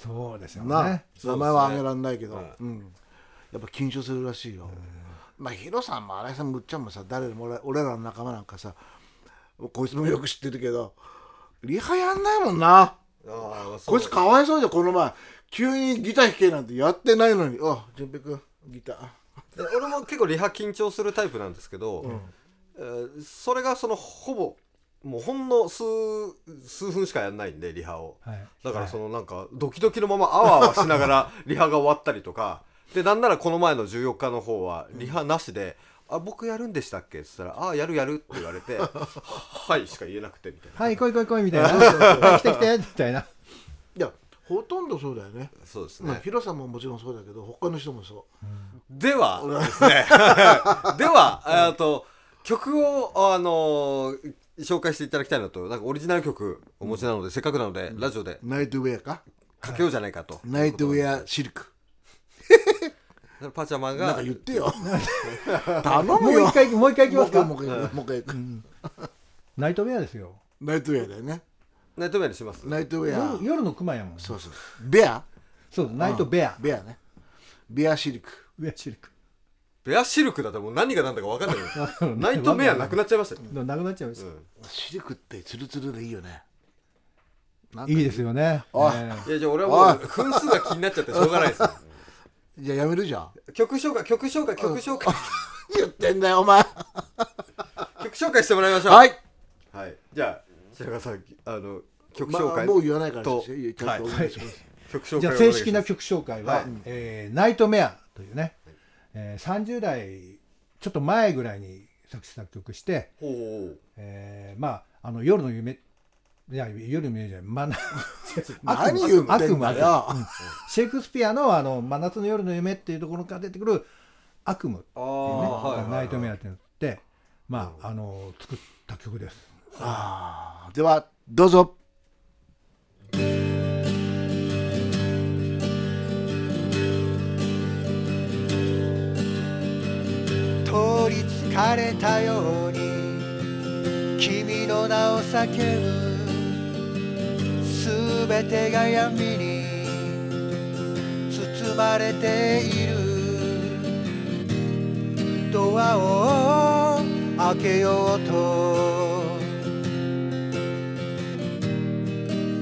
Speaker 5: そうですよ
Speaker 1: なあ
Speaker 5: ね。
Speaker 1: 名前は挙げられないけど、
Speaker 2: そうです
Speaker 1: うん、やっぱ緊張するらしいよ、まあヒロさんも新井さんもむっちゃんもさ誰も俺俺らの仲間なんかさこいつもよく知ってるけどリハやんないもんなこいつかわいそうじゃんこの前急にギター弾けなんてやってないのに「あ淳平君ギター」
Speaker 2: で俺も結構リハ緊張するタイプなんですけど、えーそれがそのほぼもうほんの数数分しかやんないんでリハを、
Speaker 5: はい
Speaker 2: だからそのなんかドキドキのままあわあわしな がらリハが終わったりとかでなんならこの前の14日の方はリハなしで「あ僕やるんでしたっけ?」っつったら「あやるやる」って言われて 「はい」しか言えなくてみたい
Speaker 5: はい、来い来い来いみたいな。はい来て来てみたい な。
Speaker 1: いやほとんどそうだよね
Speaker 2: なそうです
Speaker 1: まあ、
Speaker 2: ね
Speaker 1: ヒロさんももちろんそうだけど他の人もそ
Speaker 2: では ですねではえーと曲をあのー紹介していただきたいのとなんかオリジナル曲お持ちなので、せっかくなのでラジオで
Speaker 1: うナイトウェアか
Speaker 2: かけようじゃないかと、
Speaker 1: ナイトウェアシルク
Speaker 2: パジャマ
Speaker 1: なん
Speaker 2: が
Speaker 1: か言ってよ 頼
Speaker 5: も
Speaker 1: む
Speaker 5: う
Speaker 1: よ
Speaker 5: 一回、もう一回行きます
Speaker 1: も
Speaker 5: か。
Speaker 1: う一回もう一回もう一回
Speaker 5: ナイトウェアですよ。
Speaker 1: ナイトウェアだよね
Speaker 2: ナイトメアにします
Speaker 1: ナイトウェア
Speaker 5: 夜夜の熊やもん。そ
Speaker 1: そうそうベア
Speaker 5: う、ナイトベア。
Speaker 1: ベアねベアシルク
Speaker 5: ベアシルク。
Speaker 2: ベアシルクだともう何が何だか分かんないですナイトメアなくなっちゃいましたよ、
Speaker 5: なくなっちゃいます
Speaker 2: う。
Speaker 1: シルクってツルツルでいいよねなんか
Speaker 5: いいですよね。
Speaker 1: おい
Speaker 5: ええ
Speaker 2: んいやじゃあ俺はもう分数が気になっちゃってしょうがないですよ
Speaker 1: じゃあやめるじゃん
Speaker 2: 曲紹介曲紹介曲紹介
Speaker 1: 言ってんだよお前
Speaker 2: 曲紹介してもらいましょう
Speaker 1: はい、
Speaker 2: はいじゃあ白川さんあの曲
Speaker 1: ま
Speaker 2: 紹
Speaker 1: あ、
Speaker 2: 介、
Speaker 1: もう言わないから
Speaker 2: と
Speaker 1: ちゃんとお願いします、
Speaker 2: 曲紹介
Speaker 5: じゃあ
Speaker 2: お願
Speaker 5: 正
Speaker 2: いします
Speaker 5: 式な曲紹介
Speaker 2: は
Speaker 5: はい「えーナイトメア」というね、えー30代ちょっと前ぐらいに作詞作曲して、
Speaker 2: ほうほう
Speaker 5: えーまああの夜の夢いや夜の夢じゃない真 夏
Speaker 1: 何言ってんだよ
Speaker 5: シェイクスピアのあの「真夏の夜の夢」っていうところから出てくる「悪夢」っていうね
Speaker 2: あーはいはいはい
Speaker 5: ナイトメア」っていうのって、まあ、あの作った曲です。
Speaker 1: あーではどうぞ
Speaker 3: 通りつかれたように君の名を叫ぶすべてが闇に包まれているドアを開けようと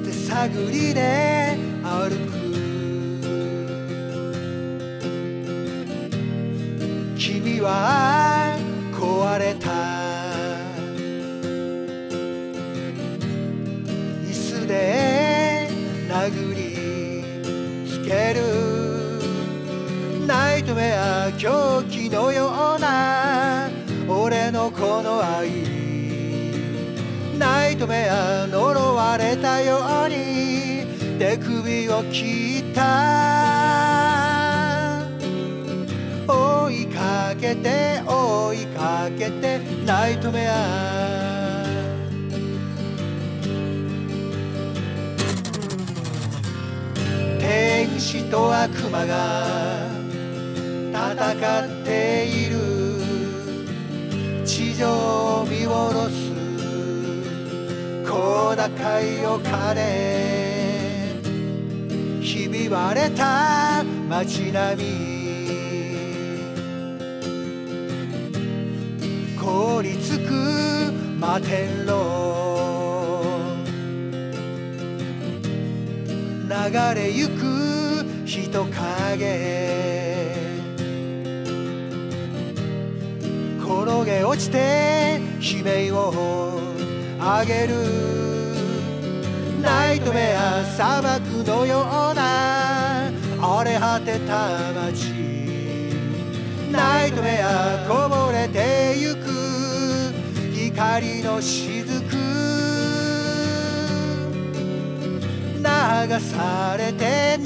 Speaker 3: 手探りで歩く君は壊れた椅子で殴りつけるナイトメア狂気のような俺のこの愛ナイトメア呪われたように手首を切った追いかけて追いかけてナイトメア天使と悪魔が戦っている地上を見下ろす小高い丘でひび割れた街並み凍りつく摩天楼流れゆく人影転げ落ちて悲鳴をあげるナイトメア砂漠のような荒れ果てた街ナイトメアこぼれてゆく光光の雫流されて流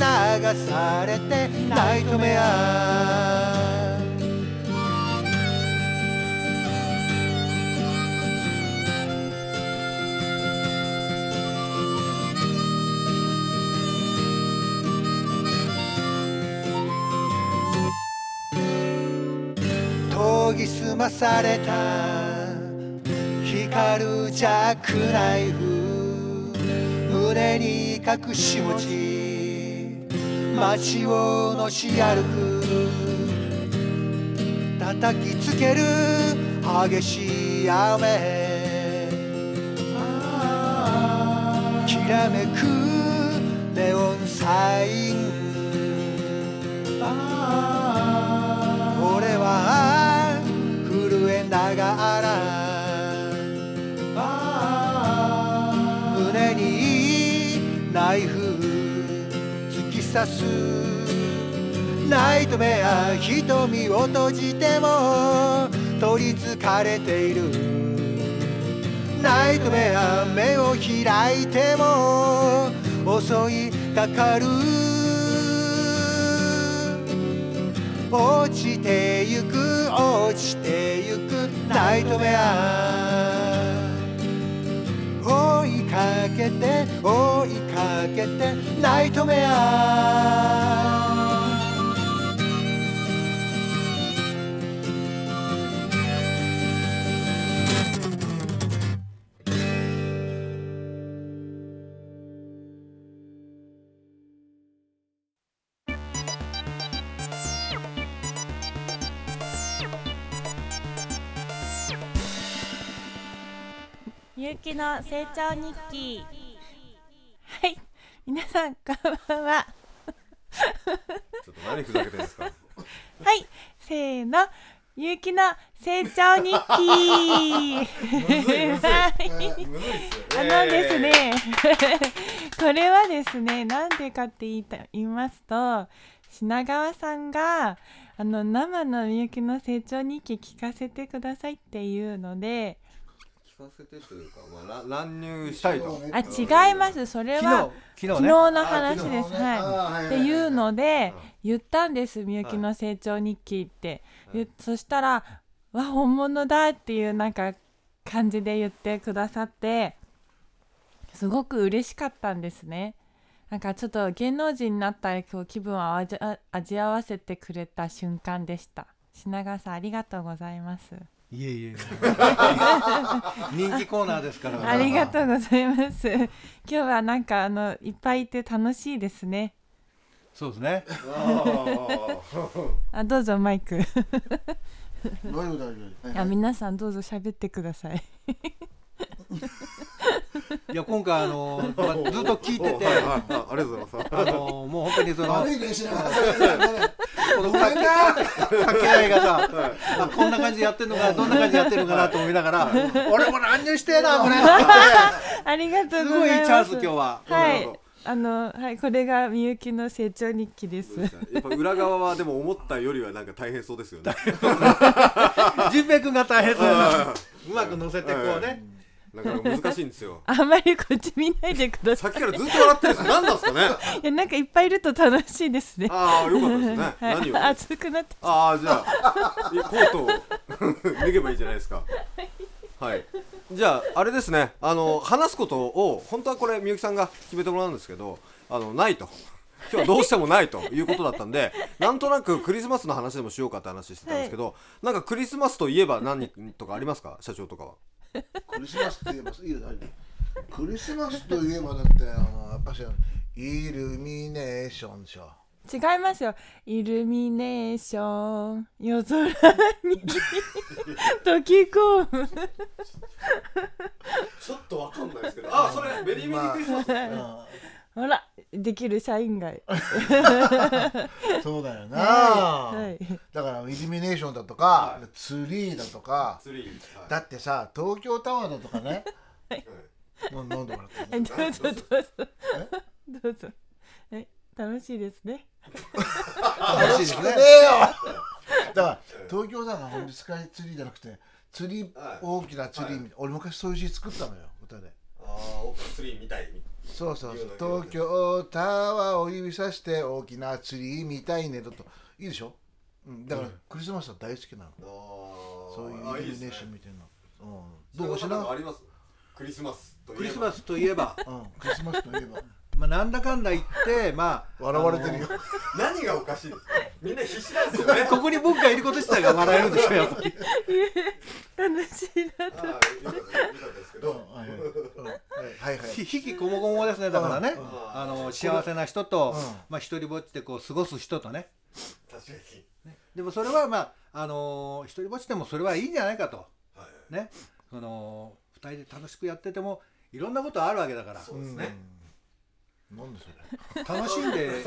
Speaker 3: されてナイトメア研ぎ澄まされた光るジャックナイフ胸に隠し持ち街をのし歩く叩きつける激しい雨きらめくネオンサイン俺は震えながら胸にナイフ突き刺すナイトメア瞳を閉じても取りつかれているナイトメア目を開いても襲いかかる落ちてゆく落ちてゆくナイトメア追いかけて追いかけてナイトメア
Speaker 6: みゆきの成長日記はい皆さんこんばんは
Speaker 2: ちょっと何ふざけてるんですか
Speaker 6: はいせーのみゆきの成長日記はい あのですね、 これはですねなんでかって言いた言いますと品川さんがあの生のみゆきの成長日記聞かせてくださいっていうので
Speaker 2: 聞かせてというか、まあ、ら乱入したいと
Speaker 6: あ違いますそれは
Speaker 7: 昨日
Speaker 6: 昨
Speaker 7: ね
Speaker 6: 日の話です。はい。
Speaker 1: い
Speaker 6: っていうので言ったんです「みゆきの成長日記」って、言っそしたら「わ本物だ」っていうなんか感じで言ってくださってすごく嬉しかったんですね。なんかちょっと芸能人になったこう気分を味わ味わわせてくれた瞬間でした。品川さんありがとうございます。
Speaker 7: いえいえ。 人気コーナーですから。
Speaker 6: ありがとうございます。 今日はなんかあのいっぱいいて楽しいですね。
Speaker 7: そうですね。
Speaker 6: あどうぞマイク。
Speaker 1: 大丈夫大丈夫
Speaker 6: あ皆さんどうぞ喋ってください。
Speaker 7: いや今回あのまあずっと聞いてて、
Speaker 2: はいはいあありがとうございます
Speaker 7: あのもう本当にその
Speaker 1: 悪い練習ながら
Speaker 7: この掛け掛け合いがさ、あこんな感じでやってるのかなどんな感じでやってるのかなと思いながら、 俺も乱入してえなこれ。
Speaker 6: ありがとう
Speaker 7: す
Speaker 6: ご
Speaker 7: ごい
Speaker 6: ざ
Speaker 7: いい
Speaker 6: います。
Speaker 7: チャンス今日は。
Speaker 6: はい。あのはいこれがみゆきの成長日記です。
Speaker 2: やっぱ裏側はでも思ったよりはなんか大変そうですよね
Speaker 7: 純平君が大変そうな。うまく乗せてこうね。
Speaker 2: なかなか難しいんですよ
Speaker 6: あんまりこっち見ないでくださ
Speaker 2: さっきからずっと笑ってるんですよ何なんですかね
Speaker 6: い。いやなんかいっぱいいると楽しいですね。
Speaker 2: ああよかったですね、何を
Speaker 6: はい、熱くなって
Speaker 2: ああじゃあい コートを脱げばいいじゃないですかはいじゃああれですねあの話すことを本当はこれみゆきさんが決めてもらうんですけどあのないと今日はどうしてもないということだったんで なんとなくクリスマスの話でもしようかって話してたんですけど、なんかクリスマスといえば何とかありますか社長とかは
Speaker 1: クリスマスって言えばいいよ大丈夫クリスマスといえばだってあのやっぱしイルミネーションでしょ
Speaker 6: 違いますよ。イルミネーショ ン夜空に溶け込む。
Speaker 2: ちょっとわかんないですけどああそれメリーメリークリスマス、
Speaker 6: ほらできる社員が。はい
Speaker 1: そうだよな、
Speaker 6: はい。
Speaker 1: だからイルミネーションだとか、ツリーだとか
Speaker 2: ツリー
Speaker 1: だってさ東京タワーだとかね、もう飲んでもらっていい
Speaker 6: どうぞどうぞ。どうぞ。え、楽しいですね。
Speaker 1: 楽しくねえよだから東京タワーが本当スカイツリーじゃなくて釣り
Speaker 2: はい
Speaker 1: 大きな釣り、
Speaker 2: は
Speaker 1: 俺昔そういう詩作ったのよ歌で
Speaker 2: あオープンスリーみたいに
Speaker 1: そうそうそう
Speaker 2: いいよ
Speaker 1: 東京タワーを指さして大きな釣りみたいねだといいでしょ、うん、だからクリスマスは大好きなの、
Speaker 2: あ
Speaker 1: そう
Speaker 2: あ
Speaker 1: いうイルミネーションみたいなうん、どうし
Speaker 2: そ
Speaker 1: な
Speaker 2: れはなんかありますクリスマスといえば
Speaker 3: クリスマスといえば、
Speaker 1: うん、クリスマスといえば
Speaker 3: まあ、なんだかんだ言って、まあ、
Speaker 1: 笑われてるよ
Speaker 2: 何がおかしいですかみんな必死なんですよ ね
Speaker 3: ここに僕がいること自体が笑えるでしょ、や っぱり。
Speaker 6: 楽しいな
Speaker 2: ああよかったよかったですけ
Speaker 1: うん
Speaker 2: ど
Speaker 1: はいはいうんはいはい はい
Speaker 3: ひひきこもごもですね、だからね
Speaker 1: うん。
Speaker 3: あの、幸せな人と
Speaker 1: うん、
Speaker 3: まあ、一人ぼっちでこう、過ごす人とね。
Speaker 2: 確かに
Speaker 3: でもそれはまあ、あのー一人ぼっちでもそれはいいんじゃないかと。
Speaker 2: はい
Speaker 3: ね。その、二人で楽しくやってても、いろんなことあるわけだから、
Speaker 2: そうですね
Speaker 1: うんなんでそれ
Speaker 3: 楽しんで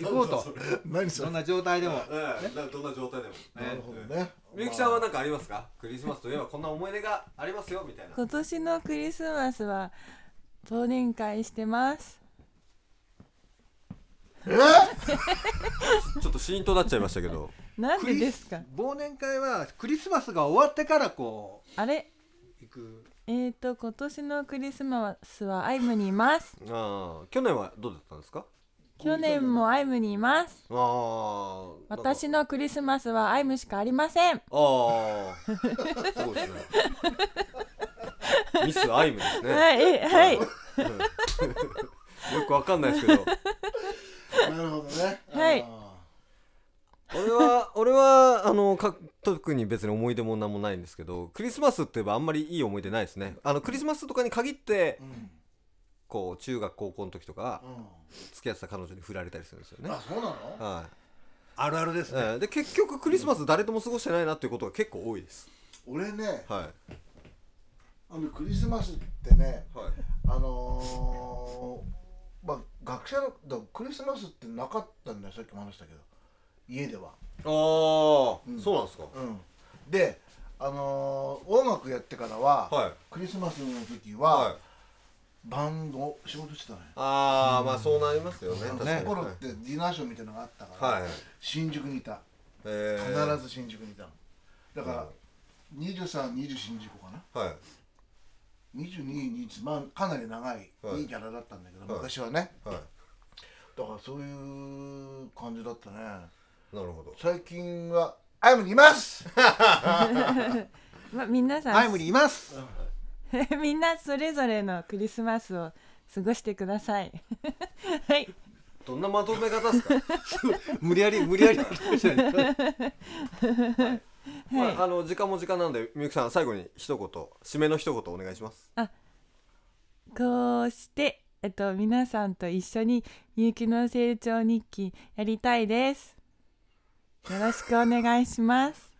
Speaker 3: 行こうと。
Speaker 1: 何 そ
Speaker 3: ど
Speaker 1: れ
Speaker 3: んな状態でも。
Speaker 2: ええなんかどんな状態でも
Speaker 1: なるほどね
Speaker 2: みゆきさんは何かありますかクリスマスといえばこんな思い出がありますよみたいな
Speaker 6: 今年のクリスマスは忘年会してます
Speaker 2: ちょっとシーンとなっちゃいましたけど
Speaker 6: なん
Speaker 3: ク
Speaker 6: で
Speaker 3: リ
Speaker 6: ですか
Speaker 3: 忘年会はクリスマスが終わってからこ
Speaker 6: あれ
Speaker 3: う行く
Speaker 6: えーと今年のクリスマスはアイムにいます
Speaker 2: ああ去年はどうだったんですか
Speaker 6: 去年もアイムにいます
Speaker 2: ああ
Speaker 6: 私のクリスマスはアイムしかありません
Speaker 2: ああそうです ねミスアイムですね、
Speaker 6: はいはい
Speaker 2: よくわかんないですけど
Speaker 1: なるほどね
Speaker 6: はい
Speaker 1: あ
Speaker 2: 俺は俺はあのか特に別に思い出も何もないんですけどクリスマスって言えばあんまりいい思い出ないですねあのクリスマスとかに限って
Speaker 1: ーうん
Speaker 2: こう中学高校の時とか
Speaker 1: う
Speaker 2: 付き合ってた彼女に振られたりするんですよね
Speaker 1: んあそうなの
Speaker 2: はい
Speaker 3: あるあるですね、
Speaker 2: ええで結局クリスマス誰とも過ごしてないなっていうことが結構多いです
Speaker 1: 俺ね
Speaker 2: はい
Speaker 1: あのクリスマスってね
Speaker 2: はい
Speaker 1: あのーまあ学者のだクリスマスってなかったんだよさっきも話したけど家では
Speaker 2: ああ、
Speaker 1: うん
Speaker 2: そうなんですか
Speaker 1: うんであのー音楽やってからは、
Speaker 2: はい
Speaker 1: クリスマスの時は、
Speaker 2: はい
Speaker 1: バンド仕事してたね
Speaker 2: ああまあそうなりますよね
Speaker 1: あ
Speaker 2: 確か
Speaker 1: の
Speaker 2: に
Speaker 1: 頃ってディナーショーみたいなのがあったから、
Speaker 2: はいはい
Speaker 1: 新宿にいた
Speaker 2: え
Speaker 1: 必
Speaker 2: え
Speaker 1: ず新宿にいたのだから、2320新宿かな
Speaker 2: はい
Speaker 1: 22、2まあかなり長い、
Speaker 2: はい
Speaker 1: い、いキャラだったんだけど、
Speaker 2: はい
Speaker 1: 昔はね
Speaker 2: はい
Speaker 1: だからそういう感じだったね
Speaker 2: なるほど
Speaker 1: 最近は「アイムにいます!
Speaker 6: まあ皆 さ
Speaker 3: アイム
Speaker 6: ん
Speaker 3: にいます、
Speaker 6: みんなそれぞれのクリスマスを過ごしてくださいはい
Speaker 2: どんなまとめ方ですか
Speaker 3: 無理やり無理やり は
Speaker 2: まあ、あの時間も時間なんでみゆきさん最後に一言締めの一言お願いします
Speaker 6: こうしてえっと皆さんと一緒にみゆきの成長日記やりたいですよろしくお願いします」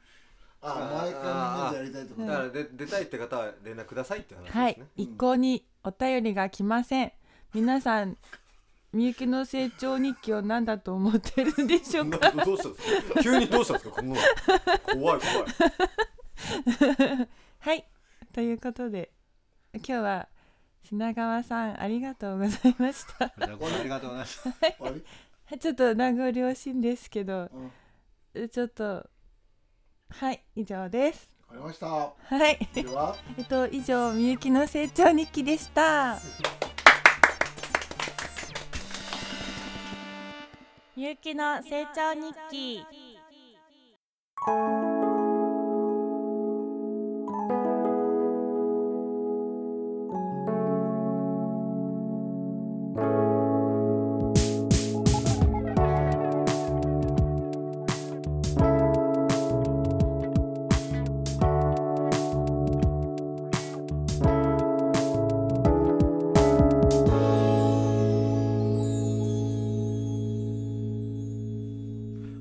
Speaker 1: あ
Speaker 2: あー
Speaker 1: 毎回みんなでやりたいってこと
Speaker 2: だ
Speaker 1: ね
Speaker 2: からで出たいって方は連絡くださいって話ですね、
Speaker 6: はい、一向にお便りが来ません皆さ んみゆきの成長日記を何だと思ってるんでしょうか
Speaker 2: などうしたんですか急にどうしたんですかこんなの怖い怖い
Speaker 6: はいということで今日は品川さんありがとうございました
Speaker 3: ありがとうございます
Speaker 1: 終わり
Speaker 6: ちょっと名残惜しいんですけど
Speaker 1: うんわ
Speaker 6: ちょっとはい以上です
Speaker 1: かりました
Speaker 6: はい
Speaker 1: では
Speaker 6: えっと以上みゆきの成長日記でしたみゆきの成長日記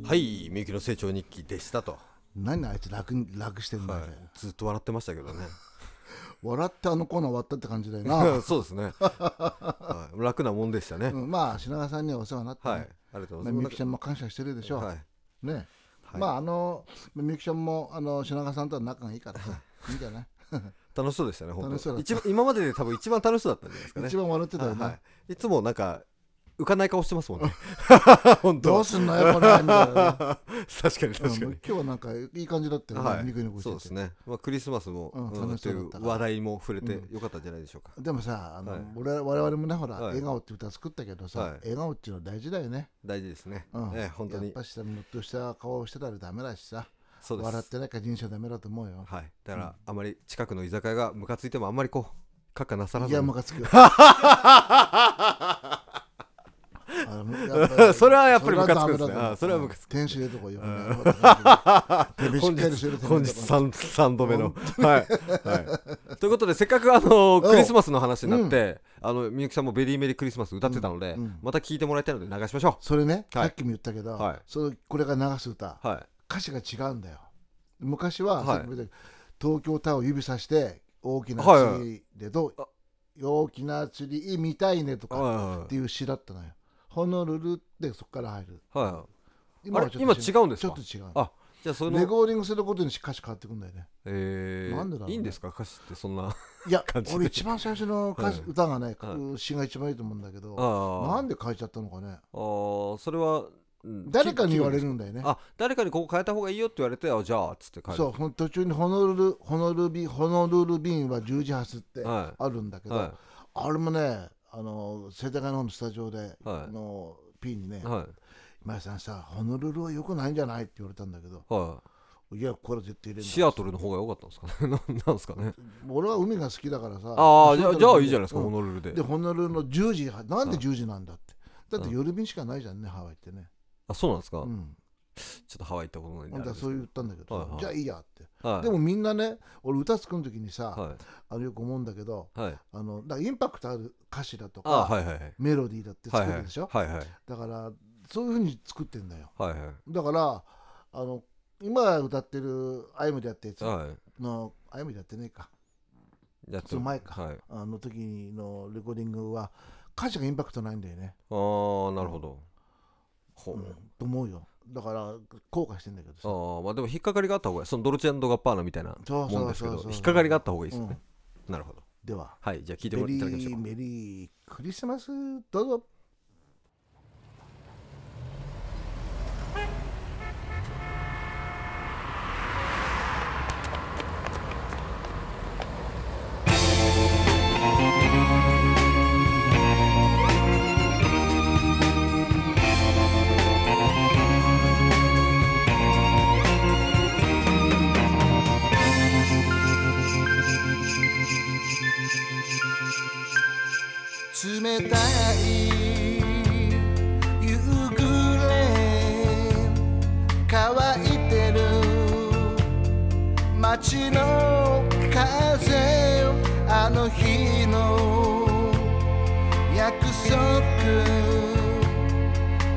Speaker 2: はいみゆきの成長日記でしたと、
Speaker 1: 何あいつ楽に楽してんだよ、
Speaker 2: はい、ずっと笑ってましたけどね
Speaker 1: 笑ってあのコーナー終わったって感じだよ な、
Speaker 2: そうですね、はい、楽なもんでしたね、
Speaker 1: うん、まあ品川さんにはお世話になって、ね
Speaker 2: はいありがとうご
Speaker 1: ま
Speaker 2: ざ
Speaker 1: あ、
Speaker 2: います
Speaker 1: みゆきちゃんも感謝してるでしょう、
Speaker 2: はい
Speaker 1: ね、
Speaker 2: はい
Speaker 1: まああのみゆきちゃんもあの品川さんとは仲がいいからさいいんじゃない
Speaker 2: 楽しそうでしたね本当
Speaker 1: 楽しそうだっ
Speaker 2: 一
Speaker 1: た
Speaker 2: 番今までで多分一番楽しそうだったんじゃないですかね
Speaker 1: 一番笑ってたよね、
Speaker 2: はい、いつもなんか浮かない顔してますもんね 本
Speaker 1: ど
Speaker 2: 当
Speaker 1: うすんのよこれみた いな
Speaker 2: 確
Speaker 1: ね
Speaker 2: かに確か
Speaker 1: うん
Speaker 2: に
Speaker 1: 今日はなんかいい感じだったよね、ニコニコして
Speaker 2: そうで
Speaker 1: て
Speaker 2: すね、まあ、クリスマスも、
Speaker 1: うん
Speaker 2: うん
Speaker 1: 楽し
Speaker 2: と
Speaker 1: そ
Speaker 2: いう
Speaker 1: だっ
Speaker 2: う
Speaker 1: たから
Speaker 2: 話題も触れてよかったんじゃないでしょうか、
Speaker 1: でもさあの、
Speaker 2: はい
Speaker 1: 俺ら我々もねほら、
Speaker 2: はい
Speaker 1: 笑顔って歌作ったけどさ、
Speaker 2: はい
Speaker 1: 笑顔っていうの大事だよね、
Speaker 2: 大事ですね、
Speaker 1: うん
Speaker 2: ええ本当
Speaker 1: や
Speaker 2: に
Speaker 1: っぱ下にのっとした顔をしてたらダメだしさ
Speaker 2: そうです
Speaker 1: 笑ってなきゃ人生ダメだと思うよ、
Speaker 2: はい、だから、あまり近くの居酒屋がムカついてもあんまりこうカッカなさら
Speaker 1: い、
Speaker 2: ず
Speaker 1: や
Speaker 2: に
Speaker 1: ムカ つくよあのやっぱり
Speaker 2: それはやっぱりムカつくんですね
Speaker 1: それはダメだと思う
Speaker 2: あそれはムカつ
Speaker 1: 天使入れとこよ、手び しっ
Speaker 2: 本
Speaker 1: かりしてる
Speaker 2: 日
Speaker 1: と
Speaker 2: 本日 3, 三度目の、はいはい、ということでせっかくあの
Speaker 1: ん
Speaker 2: クリスマスの話になって、あのみゆきさんも「ベリーメリークリスマス」歌ってたので、
Speaker 1: うんうん
Speaker 2: また聴いてもらいたいので流しましょ
Speaker 1: それね、
Speaker 2: はい
Speaker 1: さっきも言ったけど、
Speaker 2: はい
Speaker 1: それこれが流す歌、
Speaker 2: う、はい、
Speaker 1: 歌詞が違うんだよ昔は、
Speaker 2: はい
Speaker 1: さっきも言ったけど東京タワーを指さして大きな
Speaker 2: はいはい
Speaker 1: 釣りでどう、大きな釣り見たいねとか
Speaker 2: は
Speaker 1: っ
Speaker 2: い
Speaker 1: ていう詩だったのよホノルルってそこから入る
Speaker 2: は
Speaker 1: は
Speaker 2: あれ今違うんですか
Speaker 1: ちょっ
Speaker 2: い、あじゃあそ
Speaker 1: と違うレ
Speaker 2: の、
Speaker 1: コーディングすることに歌詞変わってくんだよね
Speaker 2: えー
Speaker 1: なんでだろうね
Speaker 2: いいんですか歌詞ってそんな
Speaker 1: いや
Speaker 2: 感じで
Speaker 1: 俺一番最初の歌詞
Speaker 2: はい
Speaker 1: 歌がね、
Speaker 2: は
Speaker 1: 詩が一番いいと思うんだけど
Speaker 2: あ
Speaker 1: な
Speaker 2: あ
Speaker 1: んで変えちゃったのかね
Speaker 2: ーそれはうん
Speaker 1: 誰かに言われ
Speaker 2: 気
Speaker 1: るんだよね
Speaker 2: あ誰かにここ変えた方がいいよって言われてあじゃあっつって変え
Speaker 1: そうほん途中にホノルルホノルビホノルル便は十字発って
Speaker 2: は
Speaker 1: あるんだけ
Speaker 2: い
Speaker 1: ど、
Speaker 2: は
Speaker 1: あれもね、あの世田谷の方のスタジオで、あの P にね、
Speaker 2: いは
Speaker 1: 今井さんさ、ホノルルは良くないんじゃないって言われたんだけど、
Speaker 2: いはい
Speaker 1: や、これ絶対入れない。
Speaker 2: いシアトルの方が良かったんですかね なんなんですかね
Speaker 1: 俺は海が好きだからさ。
Speaker 2: ああじ
Speaker 1: そ
Speaker 2: ゃあ
Speaker 1: うう
Speaker 2: じゃあいいじゃないですか、
Speaker 1: う
Speaker 2: ホ
Speaker 1: ん
Speaker 2: ノルルで
Speaker 1: で、ホノルルの10時、なんで
Speaker 2: うん
Speaker 1: 10時なんだって。だって
Speaker 2: うん
Speaker 1: 夜便しかないじゃんね、ハワイってね。
Speaker 2: あそうなんですか、
Speaker 1: う
Speaker 2: ちょ
Speaker 1: ん。
Speaker 2: っとハワイ行ったことないんで
Speaker 1: ほんとはそう言ったんだけど
Speaker 2: はいは
Speaker 1: さ、
Speaker 2: い
Speaker 1: じゃあいいやって。
Speaker 2: あれ
Speaker 1: で
Speaker 2: です
Speaker 1: もみんなね、俺歌作る時に
Speaker 2: けど
Speaker 1: さ、
Speaker 2: はい
Speaker 1: あのよく思うんだけど、
Speaker 2: はいはい
Speaker 1: あのだからインパクトある歌詞だと
Speaker 2: ああは
Speaker 1: か、
Speaker 2: いはいはい
Speaker 1: メロディーだって
Speaker 2: は
Speaker 1: 作
Speaker 2: いはい
Speaker 1: るでしょ。
Speaker 2: はいはい
Speaker 1: だから、そういうふうに作ってんだよ。
Speaker 2: はいはい
Speaker 1: だからあの今歌ってる「アイムでやってやつ
Speaker 2: はい
Speaker 1: の「アイムでやってねえか
Speaker 2: やっ
Speaker 1: その前か
Speaker 2: はいあ
Speaker 1: あの時のレコーディングは歌詞がインパクトないんだよね、
Speaker 2: あなるほどほう、
Speaker 1: うんと思うよだから後悔してんだけどさ
Speaker 2: ああまあでも引っかかりがあった方がいいそのドルチェンドガッパーナみたいな
Speaker 1: そうそう
Speaker 2: もんですけ
Speaker 1: そう
Speaker 2: ど
Speaker 1: そう
Speaker 2: 引っかかりがあった方がいいですよね、なるほど
Speaker 1: では
Speaker 2: はいじゃあ聞いて
Speaker 1: メ
Speaker 2: もらい
Speaker 1: リ
Speaker 2: ただきましょ
Speaker 1: ー
Speaker 2: う
Speaker 1: メリークリスマスどうぞ
Speaker 3: 冷たい夕暮れ乾いてる街の風あの日の約束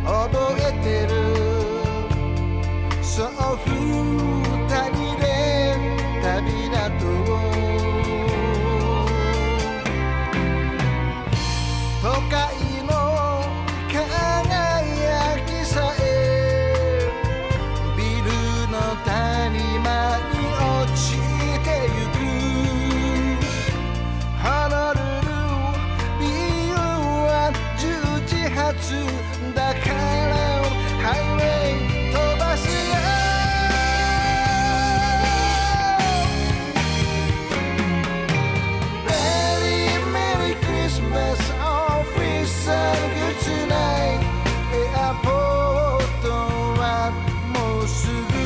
Speaker 3: 覚えてるそう二人で旅だと都会の輝きさえビルの谷間に落ちてゆくハノルルビーは十字発だからハイウェイ飛ばすよメリーメリークリスマスオフィスあるくつないエアポートはもうすぐ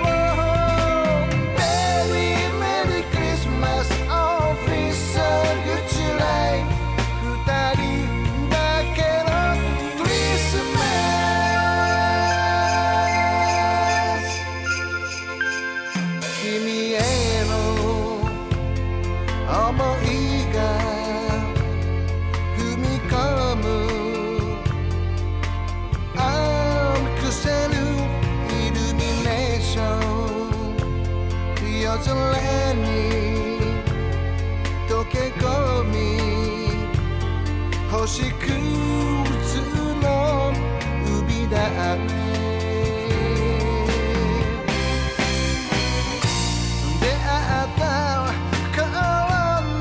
Speaker 3: Whoa, whoa. メリーメリークリスマスオフィスあるくつない二人だけのクリスマス君への想いが踏み込むアンクセルイルミネーション夜空に溶け込み星屑の海だね出会った頃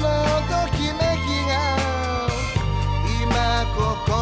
Speaker 3: のときめきが今ここ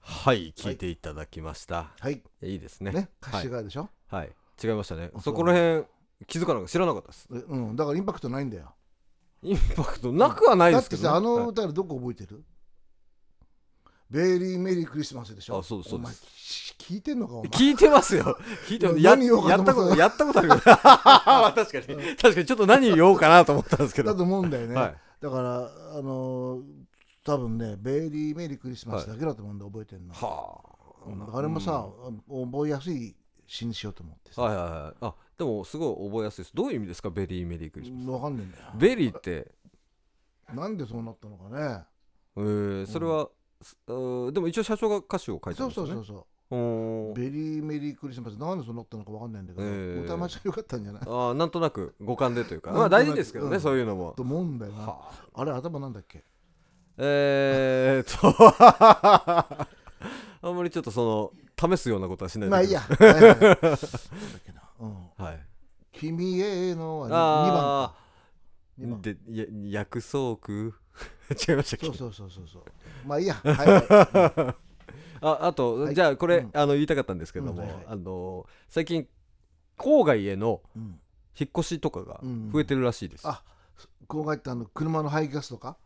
Speaker 2: はい聞いていただきました、
Speaker 1: はい
Speaker 2: い、いですね
Speaker 1: ね歌
Speaker 2: は
Speaker 1: 詞
Speaker 2: い、
Speaker 1: がでしょ、
Speaker 2: はい、違いましたね
Speaker 1: そう
Speaker 2: そこら辺気づかなかった知らなかったです
Speaker 1: えうんだからインパクトないんだよ
Speaker 2: インパクトなくはない
Speaker 1: だ
Speaker 2: で
Speaker 1: っ
Speaker 2: す
Speaker 1: て
Speaker 2: けどね、
Speaker 1: さあの
Speaker 2: はい
Speaker 1: 歌からどこ覚えてる、ベイリーメリークリスマスでしょ
Speaker 2: あそうです
Speaker 1: お前
Speaker 2: そ
Speaker 1: し聞いてんのかお前
Speaker 2: 聞いてますよ。聞いてますや
Speaker 1: 何言おうか
Speaker 2: や
Speaker 1: と思
Speaker 2: ったこ
Speaker 1: った
Speaker 2: とや ったことあるよ。 確かに確かにちょっと何言おうかなと思ったんですけど。
Speaker 1: だと思うんだよね、
Speaker 2: はい
Speaker 1: だからあのー多分ねベイリーメリークリスマスだけだと思うんで覚えてんの、
Speaker 2: は
Speaker 1: うんあれもさ、覚えやすい詩にしようと思って
Speaker 2: あ。
Speaker 1: さ、
Speaker 2: はいはいはい。あでもすごい覚えやすいです。どういう意味ですかベリーメリークリスマ
Speaker 1: 分かんねえんだよ
Speaker 2: ス。ベリーって、
Speaker 1: なんでそうなったのかね
Speaker 2: えー、それは、すうーでも一応社長が歌詞を書いてるん
Speaker 1: そう
Speaker 2: です
Speaker 1: そ
Speaker 2: よ
Speaker 1: う
Speaker 2: ね。
Speaker 1: そうそうう
Speaker 2: ーん
Speaker 1: ベリーメリークリスマスなんでそうなったのか分かんないんだけど、
Speaker 2: えー
Speaker 1: 歌間違いよかったんじゃない
Speaker 2: あーなんとなく五感でというか、
Speaker 1: なん
Speaker 2: まあ
Speaker 1: となく
Speaker 2: 大事ですけどね、
Speaker 1: うん
Speaker 2: そういうのも
Speaker 1: と。思うんだよな
Speaker 2: はあ、
Speaker 1: あれ頭なんだっけ
Speaker 2: えー、っと あんまりちょっとその試すようなことはしないで
Speaker 1: まあいい
Speaker 2: くだ さ
Speaker 1: や、はいはいはいなんだっけなうん
Speaker 2: い。はい
Speaker 1: 君へのは
Speaker 2: あ
Speaker 1: 2番か二番
Speaker 2: で、や、薬草区 違いましたっけ
Speaker 1: そうそうそうそうそうまあ いいやはいはい
Speaker 2: あ、あと、
Speaker 1: はい
Speaker 2: じゃあこれ、
Speaker 1: うん
Speaker 2: あの、言いたかったんですけども、
Speaker 1: うんはいはい
Speaker 2: あの、最近、郊外への
Speaker 1: うん、うん
Speaker 2: 引っ越しとかが
Speaker 1: うん
Speaker 2: 増えてるらしいです。
Speaker 1: あこう書いてあの車の排ガスとか、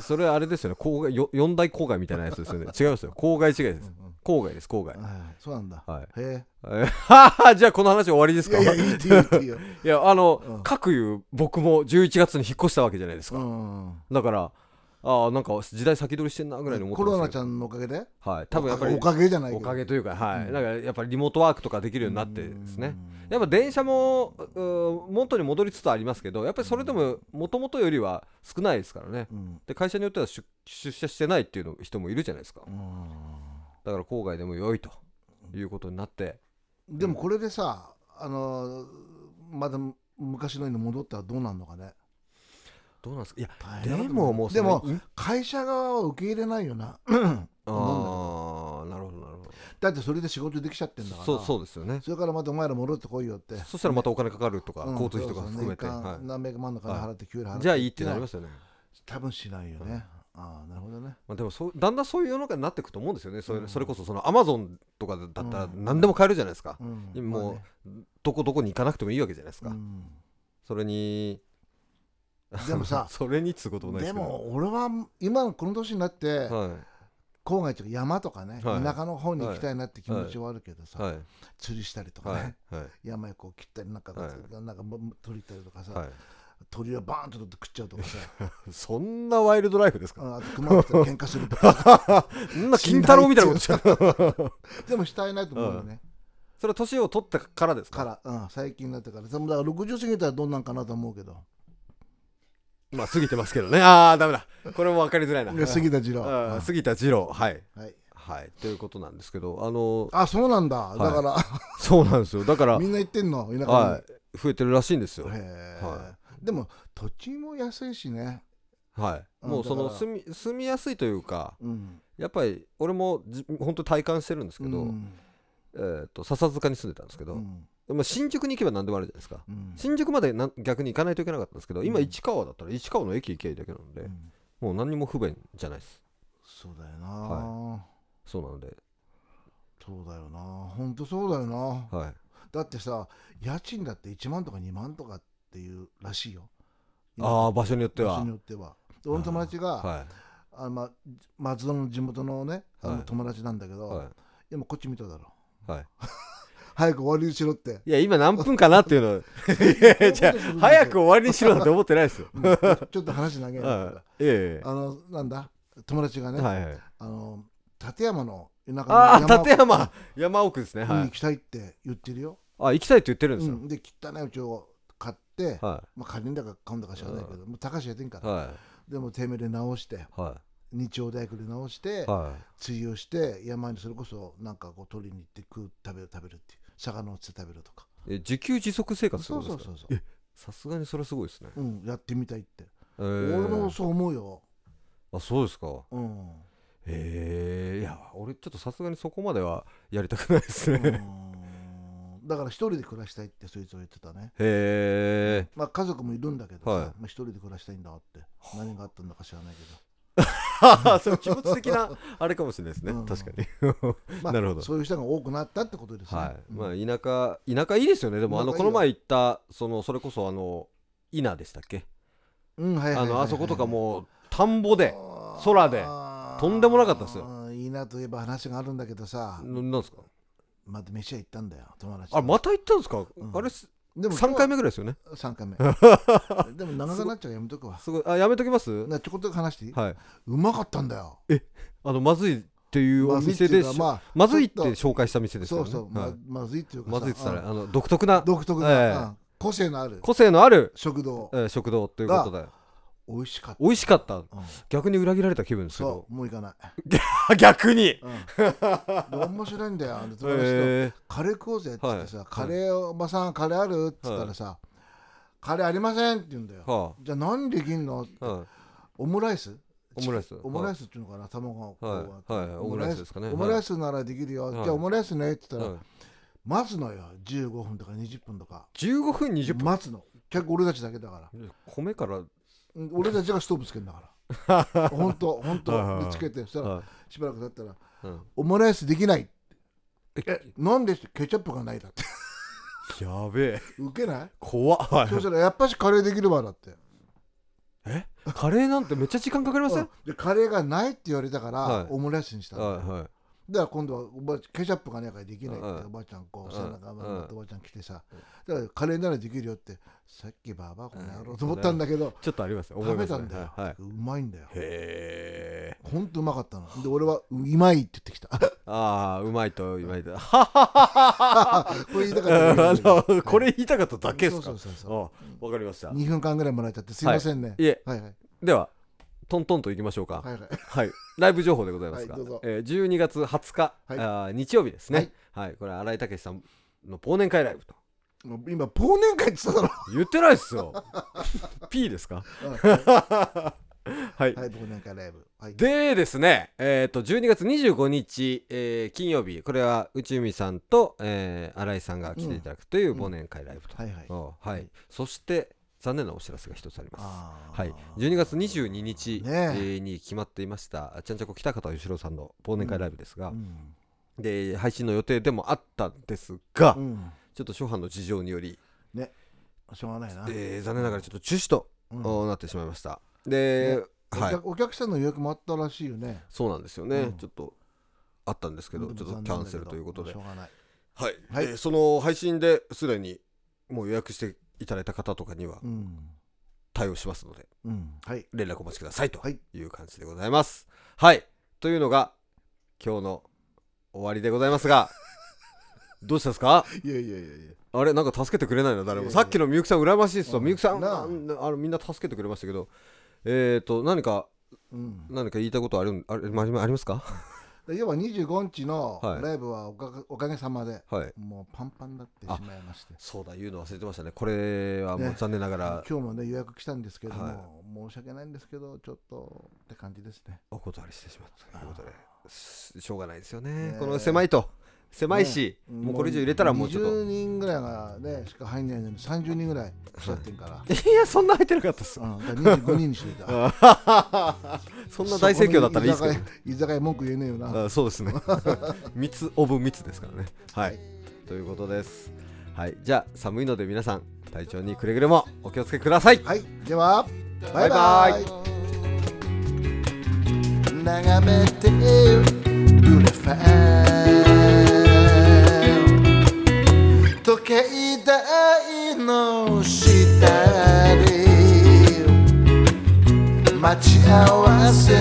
Speaker 2: それあれですよね、郊外、よ四大郊外みたいなやつですよ ね。違いますよ。郊外違いです。郊外です、郊外。
Speaker 1: はいはい、そうなんだ、
Speaker 2: はい。
Speaker 1: へ
Speaker 2: えはは じゃあこの話終わりです
Speaker 1: えい
Speaker 2: か
Speaker 1: やいやいいっていいって いいよ、
Speaker 2: いやあの、
Speaker 1: うん
Speaker 2: 各言う僕も11月に引っ越したわけじゃないです
Speaker 1: う
Speaker 2: か、
Speaker 1: ん、
Speaker 2: だからああなんか時代先取りしてんなぐらいに思って
Speaker 1: コ
Speaker 2: ま
Speaker 1: ロ
Speaker 2: したけど
Speaker 1: ナちゃんのおかげで
Speaker 2: はい多分やっぱり
Speaker 1: おかげじゃないけ
Speaker 2: お
Speaker 1: ど
Speaker 2: かげというか、はい、
Speaker 1: うん
Speaker 2: なんかやっぱりリモートワークとかできるようになってですね、
Speaker 1: うん
Speaker 2: やっぱ電車もうー元に戻りつつありますけど、やっぱりそれでももともとよりは少ないですからね、
Speaker 1: うん
Speaker 2: で会社によっては出出社してないっていうの人もいるじゃないですか、
Speaker 1: う
Speaker 2: だから郊外でも良いということになって、
Speaker 1: んでもこれでさあのーまだ昔のに戻ったらどうなるのかね
Speaker 2: どうなんですか、いや、
Speaker 1: 大
Speaker 2: で
Speaker 1: 変なことになる
Speaker 2: ももうそ
Speaker 1: で
Speaker 2: の
Speaker 1: も、会社側は受け入れないよな
Speaker 2: ああ、なる ほど、なるほ
Speaker 1: だってそれで仕事できちゃってんだか
Speaker 2: ど、そ
Speaker 1: ら
Speaker 2: うそうですよね、
Speaker 1: それからまたお前ら戻ってこいよって
Speaker 2: そしたらまたお金かかるとか、
Speaker 1: うん
Speaker 2: 交通費とか含めて、
Speaker 1: そうそう
Speaker 2: は
Speaker 1: 年間何百万の金払って給料払っ
Speaker 2: い、
Speaker 1: て
Speaker 2: じゃあいいってなりますよね。
Speaker 1: 多分しないよねああなるほどね
Speaker 2: まあ、でもそうだんだんそういう世の中になっていくと思うんですよね、それ
Speaker 1: うん
Speaker 2: それこそそのアマゾンとかだったら
Speaker 1: うん
Speaker 2: 何でも買えるじゃないですか、
Speaker 1: うん
Speaker 2: 今もう
Speaker 1: ま
Speaker 2: どこどこに行かなくてもいいわけじゃないですか、
Speaker 1: あねうん
Speaker 2: それに
Speaker 1: でもさ
Speaker 2: それにっつうこともないで
Speaker 1: です
Speaker 2: けど
Speaker 1: も俺は今この年になって
Speaker 2: は
Speaker 1: 郊外というか山とかね
Speaker 2: はい
Speaker 1: 田舎の方に行きたいなって気持ちはあるけど
Speaker 2: いは
Speaker 1: さ
Speaker 2: い
Speaker 1: 釣りしたりとか
Speaker 2: は
Speaker 1: ね
Speaker 2: いはい
Speaker 1: 山へこう切ったりなんか
Speaker 2: は
Speaker 1: なんかも取り行ったりとか
Speaker 2: は
Speaker 1: さ
Speaker 2: い
Speaker 1: 鳥をバーンと取って食っちゃうとか さ
Speaker 2: そんなワイルドライフですか
Speaker 1: ああと熊と喧嘩するとかさ
Speaker 2: そんな金太郎みたいなことしちゃう
Speaker 1: でもしたいなと思うよね
Speaker 2: それは年を取ったからです
Speaker 1: か、
Speaker 2: から
Speaker 1: うん、最近になってからでもだから60過ぎたらどんなんかなと思うけど
Speaker 2: まあ過ぎてますけどねああダメだこれも分かりづらいな
Speaker 1: で杉田次郎
Speaker 2: あ
Speaker 1: う
Speaker 2: ー
Speaker 1: ん
Speaker 2: 杉田二郎はい
Speaker 1: はい、
Speaker 2: はいということなんですけどあの
Speaker 1: あそうなんだ、だから
Speaker 2: そうなんですよだから
Speaker 1: みんな言ってんの田舎に、
Speaker 2: はい増えてるらしいんですよ
Speaker 1: へえ、
Speaker 2: は
Speaker 1: でも土地も安いしね
Speaker 2: はい、
Speaker 1: うん
Speaker 2: もうその
Speaker 1: だから
Speaker 2: 住み住みやすいというか
Speaker 1: うん
Speaker 2: やっぱり俺もじ本当体感してるんですけど、
Speaker 1: うん
Speaker 2: えー、と笹塚に住んでたんですけど、
Speaker 1: うん
Speaker 2: まあ、新宿に行けば何でもあるじゃないですか
Speaker 1: うん
Speaker 2: 新宿までな逆に行かないといけなかったんですけど今
Speaker 1: うん
Speaker 2: 市川だったら市川の駅行けばいいだけなんで、
Speaker 1: うん
Speaker 2: もう何にも不便じゃないです
Speaker 1: そうだよな、
Speaker 2: はそうなので、
Speaker 1: そうだよな本当そうだよな、
Speaker 2: はい、
Speaker 1: だってさ家賃だって1万とか2万とかっていうらしいよ
Speaker 2: ああ場所によって
Speaker 1: 場
Speaker 2: は
Speaker 1: 所によってはで俺の友達が、
Speaker 2: は
Speaker 1: あのま、松戸の地元のねあ
Speaker 2: は
Speaker 1: の
Speaker 2: い
Speaker 1: 友達なんだけど、
Speaker 2: い、は
Speaker 1: 今こっち見ただろ
Speaker 2: いはい、
Speaker 1: 早く終わりにしろって
Speaker 2: いや今何分かなっていう のいやじゃあ早く終わりにしろなんて思ってないですよ、
Speaker 1: うんちょちょっと話長いんだけど
Speaker 2: はい、ええ
Speaker 1: あのなんだ友達がね、
Speaker 2: はいはい、
Speaker 1: あの立山の田舎の
Speaker 2: ああ
Speaker 1: 山
Speaker 2: 立山山奥ですね
Speaker 1: に
Speaker 2: は
Speaker 1: 行
Speaker 2: い
Speaker 1: きたいって言ってるよ、
Speaker 2: あ行きたいって言ってるんです
Speaker 1: う
Speaker 2: よ、
Speaker 1: ん、で汚いうちを買って、
Speaker 2: は
Speaker 1: まあ借りんだか買うんだか知らないけど、もう高橋やってんか
Speaker 2: い
Speaker 1: ら、
Speaker 2: は
Speaker 1: でもてめえで直して
Speaker 2: いは
Speaker 1: 日曜大工で直して、
Speaker 2: いは
Speaker 1: 釣りをして山にそれこそなんかこう取りに行って食う食べる食べるっていう魚を釣って食べるとか
Speaker 2: いえ自給自足生活って
Speaker 1: そ
Speaker 2: こ
Speaker 1: う
Speaker 2: と
Speaker 1: そう
Speaker 2: です
Speaker 1: そ
Speaker 2: か
Speaker 1: うそ
Speaker 2: さ
Speaker 1: う、
Speaker 2: すがにそれはすごいですね、
Speaker 1: うん、やってみたいって、
Speaker 2: えー
Speaker 1: 俺もそう思うよ、
Speaker 2: あそうですか
Speaker 1: うん、
Speaker 2: へえいや俺ちょっとさすがにそこまではやりたくないですね、
Speaker 1: う
Speaker 2: へ
Speaker 1: んだから一人で暮らしたいってそいつは言ってたね
Speaker 2: え
Speaker 1: まあ家族もいるんだけどさ、
Speaker 2: はい
Speaker 1: まあ、一人で暮らしたいんだって何があったんだか知らないけど
Speaker 2: その気持ち的な あれかもしれないですね、
Speaker 1: うん
Speaker 2: 確かに
Speaker 1: まあ
Speaker 2: なるほど
Speaker 1: そういう人が多くなったってことですね。
Speaker 2: はい、
Speaker 1: うん
Speaker 2: まあ田舎田舎いいですよねでもあの
Speaker 1: 田舎い
Speaker 2: こ
Speaker 1: いよ
Speaker 2: の前行ったそのそれこそあの稲でしたっけ
Speaker 1: うんはいはい
Speaker 2: あ
Speaker 1: はいはい
Speaker 2: のあそことかもう田んぼで
Speaker 1: あー
Speaker 2: 空でとんでもなかったですよ
Speaker 1: うんいいなといえば話があるんだけどさ、
Speaker 2: ななんですか
Speaker 1: また飯屋行ったんだよ、友達と。
Speaker 2: あまた行ったんですか、
Speaker 1: うん
Speaker 2: あれす
Speaker 1: でも
Speaker 2: 3回目ぐらいですよね
Speaker 1: 三回目。でも長くなっちゃうからやめとくわ。
Speaker 2: すごいあやめときます
Speaker 1: なちょこっと話していい、
Speaker 2: はいう
Speaker 1: まかったんだよ。
Speaker 2: あのまずいっていうお店でしょ
Speaker 1: ま
Speaker 2: まずいって
Speaker 1: ちょっと
Speaker 2: 紹介した店ですよ
Speaker 1: そう
Speaker 2: ね
Speaker 1: そう、
Speaker 2: はい
Speaker 1: ままずいっていうかさ
Speaker 2: まずいって言った
Speaker 1: う
Speaker 2: ら
Speaker 1: ん
Speaker 2: あの独特な
Speaker 1: 独特な、
Speaker 2: ええ
Speaker 1: うん個性のある
Speaker 2: 個性のある、
Speaker 1: 食堂
Speaker 2: え、ー食堂ということで
Speaker 1: 美味しかっ
Speaker 2: 美味しかった
Speaker 1: た。うん
Speaker 2: 逆に裏切られた気分ですけど
Speaker 1: そう、もう行かない。
Speaker 2: 逆に、
Speaker 1: うん、で面白いんだよ、あの友達と。
Speaker 2: え
Speaker 1: カレー食おうぜって言ってさ、
Speaker 2: はい
Speaker 1: カレーおばさん、カレーあるって言ったらさ、カレーありませんって言うんだよ。
Speaker 2: ーは
Speaker 1: じゃあ何できんの
Speaker 2: あ、はい
Speaker 1: オムライス
Speaker 2: オムライス
Speaker 1: オムライスっていうのかな卵がこう
Speaker 2: はい
Speaker 1: あって
Speaker 2: はいオムライスですかね
Speaker 1: オムライスならできるよ、
Speaker 2: はい
Speaker 1: じゃあオムライスねって言ったら、
Speaker 2: はい
Speaker 1: 待つのよ15分とか20分とか
Speaker 2: 15分20分
Speaker 1: 待つの結構俺たちだけだから
Speaker 2: 米から
Speaker 1: うん俺たちがストーブつけるんだ から本当本
Speaker 2: はいはいは
Speaker 1: 当
Speaker 2: い
Speaker 1: でつけてそしたら
Speaker 2: は
Speaker 1: しばらく経ったら
Speaker 2: いうん
Speaker 1: オムライスできない
Speaker 2: え
Speaker 1: えなんでケチャップがないだって
Speaker 2: やべえ
Speaker 1: ウケない
Speaker 2: 怖っはい
Speaker 1: そしたらやっぱしカレーできるわだって
Speaker 2: えカレーなんてめっちゃ時間かかりません
Speaker 1: うんでカレーがないって言われたから、
Speaker 2: はい
Speaker 1: オムライスにしたの
Speaker 2: はいはい
Speaker 1: だから今度はおばあちゃんケチャップがないからできないって、
Speaker 2: うん
Speaker 1: おばあちゃんこう
Speaker 2: うん
Speaker 1: 背中まで乗って
Speaker 2: うん
Speaker 1: おばあちゃん来てさ、
Speaker 2: うん
Speaker 1: だからカレーならできるよってさっきばあばこの野
Speaker 2: う
Speaker 1: 郎
Speaker 2: ん
Speaker 1: と思ったんだけど
Speaker 2: ちょっとあります思い
Speaker 1: 食
Speaker 2: ま
Speaker 1: べ
Speaker 2: す
Speaker 1: たんだよ、
Speaker 2: はいはい、
Speaker 1: うまいんだよ
Speaker 2: へえ
Speaker 1: ほんとうまかったので俺はうまいって言っ てきたこ
Speaker 2: ああうまいとうまいと
Speaker 1: れ言いたかった
Speaker 2: あ
Speaker 1: だけ
Speaker 2: の
Speaker 1: だけど
Speaker 2: これ言いたかっただけですか
Speaker 1: そうそうそうそ
Speaker 2: あわかりました
Speaker 1: う2分間ぐらいもらえちゃってすいませんね、
Speaker 2: いえ
Speaker 1: はい、はい
Speaker 2: ではトントンといきましょうか
Speaker 1: はいはい
Speaker 2: はい、ライブ情報でございますが、
Speaker 1: はいどうぞ
Speaker 2: えー、12月20日、
Speaker 1: はい
Speaker 2: あー日曜日ですね、はいこれ新井武さんの忘年会ライブと
Speaker 1: もう今忘年会って言っただ
Speaker 2: 言ってないっすよ P ですか
Speaker 1: ろ、う ん
Speaker 2: はい、
Speaker 1: はい忘年会ライブはい
Speaker 2: でですねえっ、と12月25日、えー金曜日これは内海さんと、えー、新井さんが来ていただくという忘年会ライブと、
Speaker 1: はいはい
Speaker 2: おはいそして残念なお知らせが一つあります
Speaker 1: あー
Speaker 2: はい、12月22日、
Speaker 1: ね
Speaker 2: え
Speaker 1: え
Speaker 2: ーに決まっていましたちゃんちゃこ北方義郎さんの忘年会ライブですが、
Speaker 1: うん
Speaker 2: で配信の予定でもあったんですが、
Speaker 1: うん
Speaker 2: ちょっと初版の事情により、
Speaker 1: しょうがないな、
Speaker 2: えー残念ながらちょっと中止と、
Speaker 1: うん
Speaker 2: おなってしまいましたで、
Speaker 1: お
Speaker 2: はい
Speaker 1: 客お客さんの予約もあったらしいよね
Speaker 2: そうなんですよね、
Speaker 1: うん
Speaker 2: ちょっとあったんですけど
Speaker 1: で
Speaker 2: ちょ
Speaker 1: も
Speaker 2: っと
Speaker 1: 残念
Speaker 2: キャンセルということで
Speaker 1: だけどしょうがない
Speaker 2: はい、
Speaker 1: はい
Speaker 2: えーその配信ですでにもう予約していただいた方とかには
Speaker 1: うん
Speaker 2: 対応しますので
Speaker 1: うんはい
Speaker 2: 連絡お待ちくださいと
Speaker 1: はい
Speaker 2: いう感じでございますはい、というのが今日の終わりでございます がどうしたんですか
Speaker 1: いやいやいやいや
Speaker 2: あれなんか助けてくれないの誰も
Speaker 1: いやいや
Speaker 2: さっきのみゆきさん羨ましいっすわ
Speaker 1: うん
Speaker 2: みゆきさん
Speaker 1: なあ
Speaker 2: あのあのみんな助けてくれましたけどえっ、ー、と何か
Speaker 1: うん
Speaker 2: 何か言いたいことあるんあれまありますか
Speaker 1: で要は25日の
Speaker 2: はい
Speaker 1: ライブはおかげおかげさまで
Speaker 2: はい
Speaker 1: もうパンパンになってしまいまして
Speaker 2: そうだ言うの忘れてましたねこれはもう
Speaker 1: ね
Speaker 2: 残念ながら、
Speaker 1: 今日もね予約来たんですけども、
Speaker 2: はい
Speaker 1: 申し訳ないんですけどちょっとって感じですね
Speaker 2: お断りしてしまったということでししょうがないですよね
Speaker 1: ねえ
Speaker 2: この狭いと狭いし、
Speaker 1: ね
Speaker 2: もうこれ以上入れたらもうちょっと
Speaker 1: 20人ぐらいがねしか入んないのに30人ぐらい来ちゃってるから、
Speaker 2: いやそんな入ってなかったっす
Speaker 1: うん、だから25人にしといた
Speaker 2: そんな大盛況だったらいいですけど
Speaker 1: そこに居酒屋居酒屋文句言えねえよな
Speaker 2: あそうですね 密オブ密ですからねはいということですはいじゃあ寒いので皆さん体調にくれぐれもお気をつけください
Speaker 1: はい、では、バイ
Speaker 2: バ
Speaker 1: バ
Speaker 2: イ
Speaker 1: イ。
Speaker 2: バイ
Speaker 1: 眺めてるグラファン時計台の下で待ち合わせ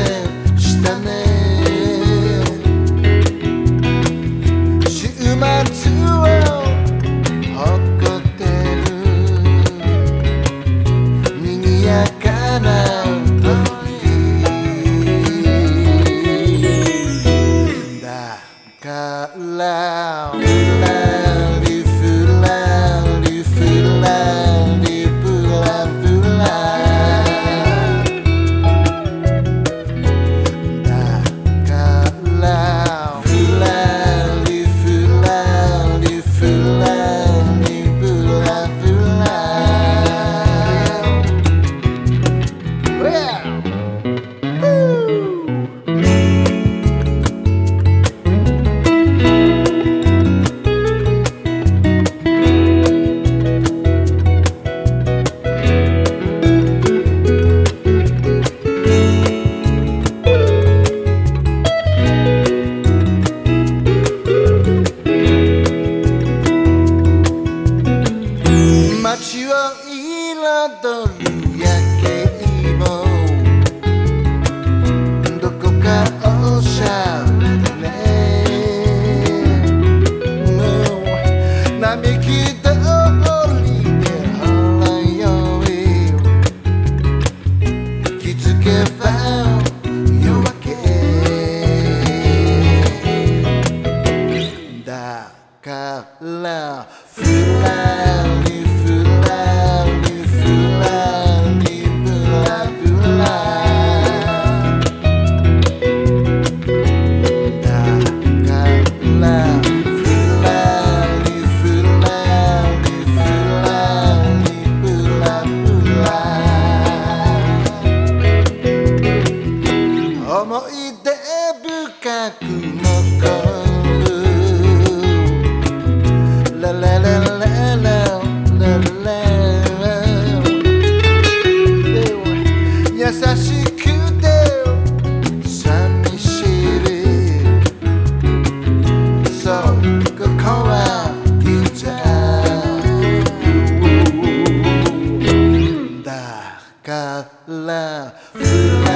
Speaker 1: したね週末を誇ってる賑やかな時だからふらりふらりふらりふらふらだからふらりふらりふらりふらふら Ooh, い出深く残るラララララララ優しくて寂しいそうここはギターだからフラ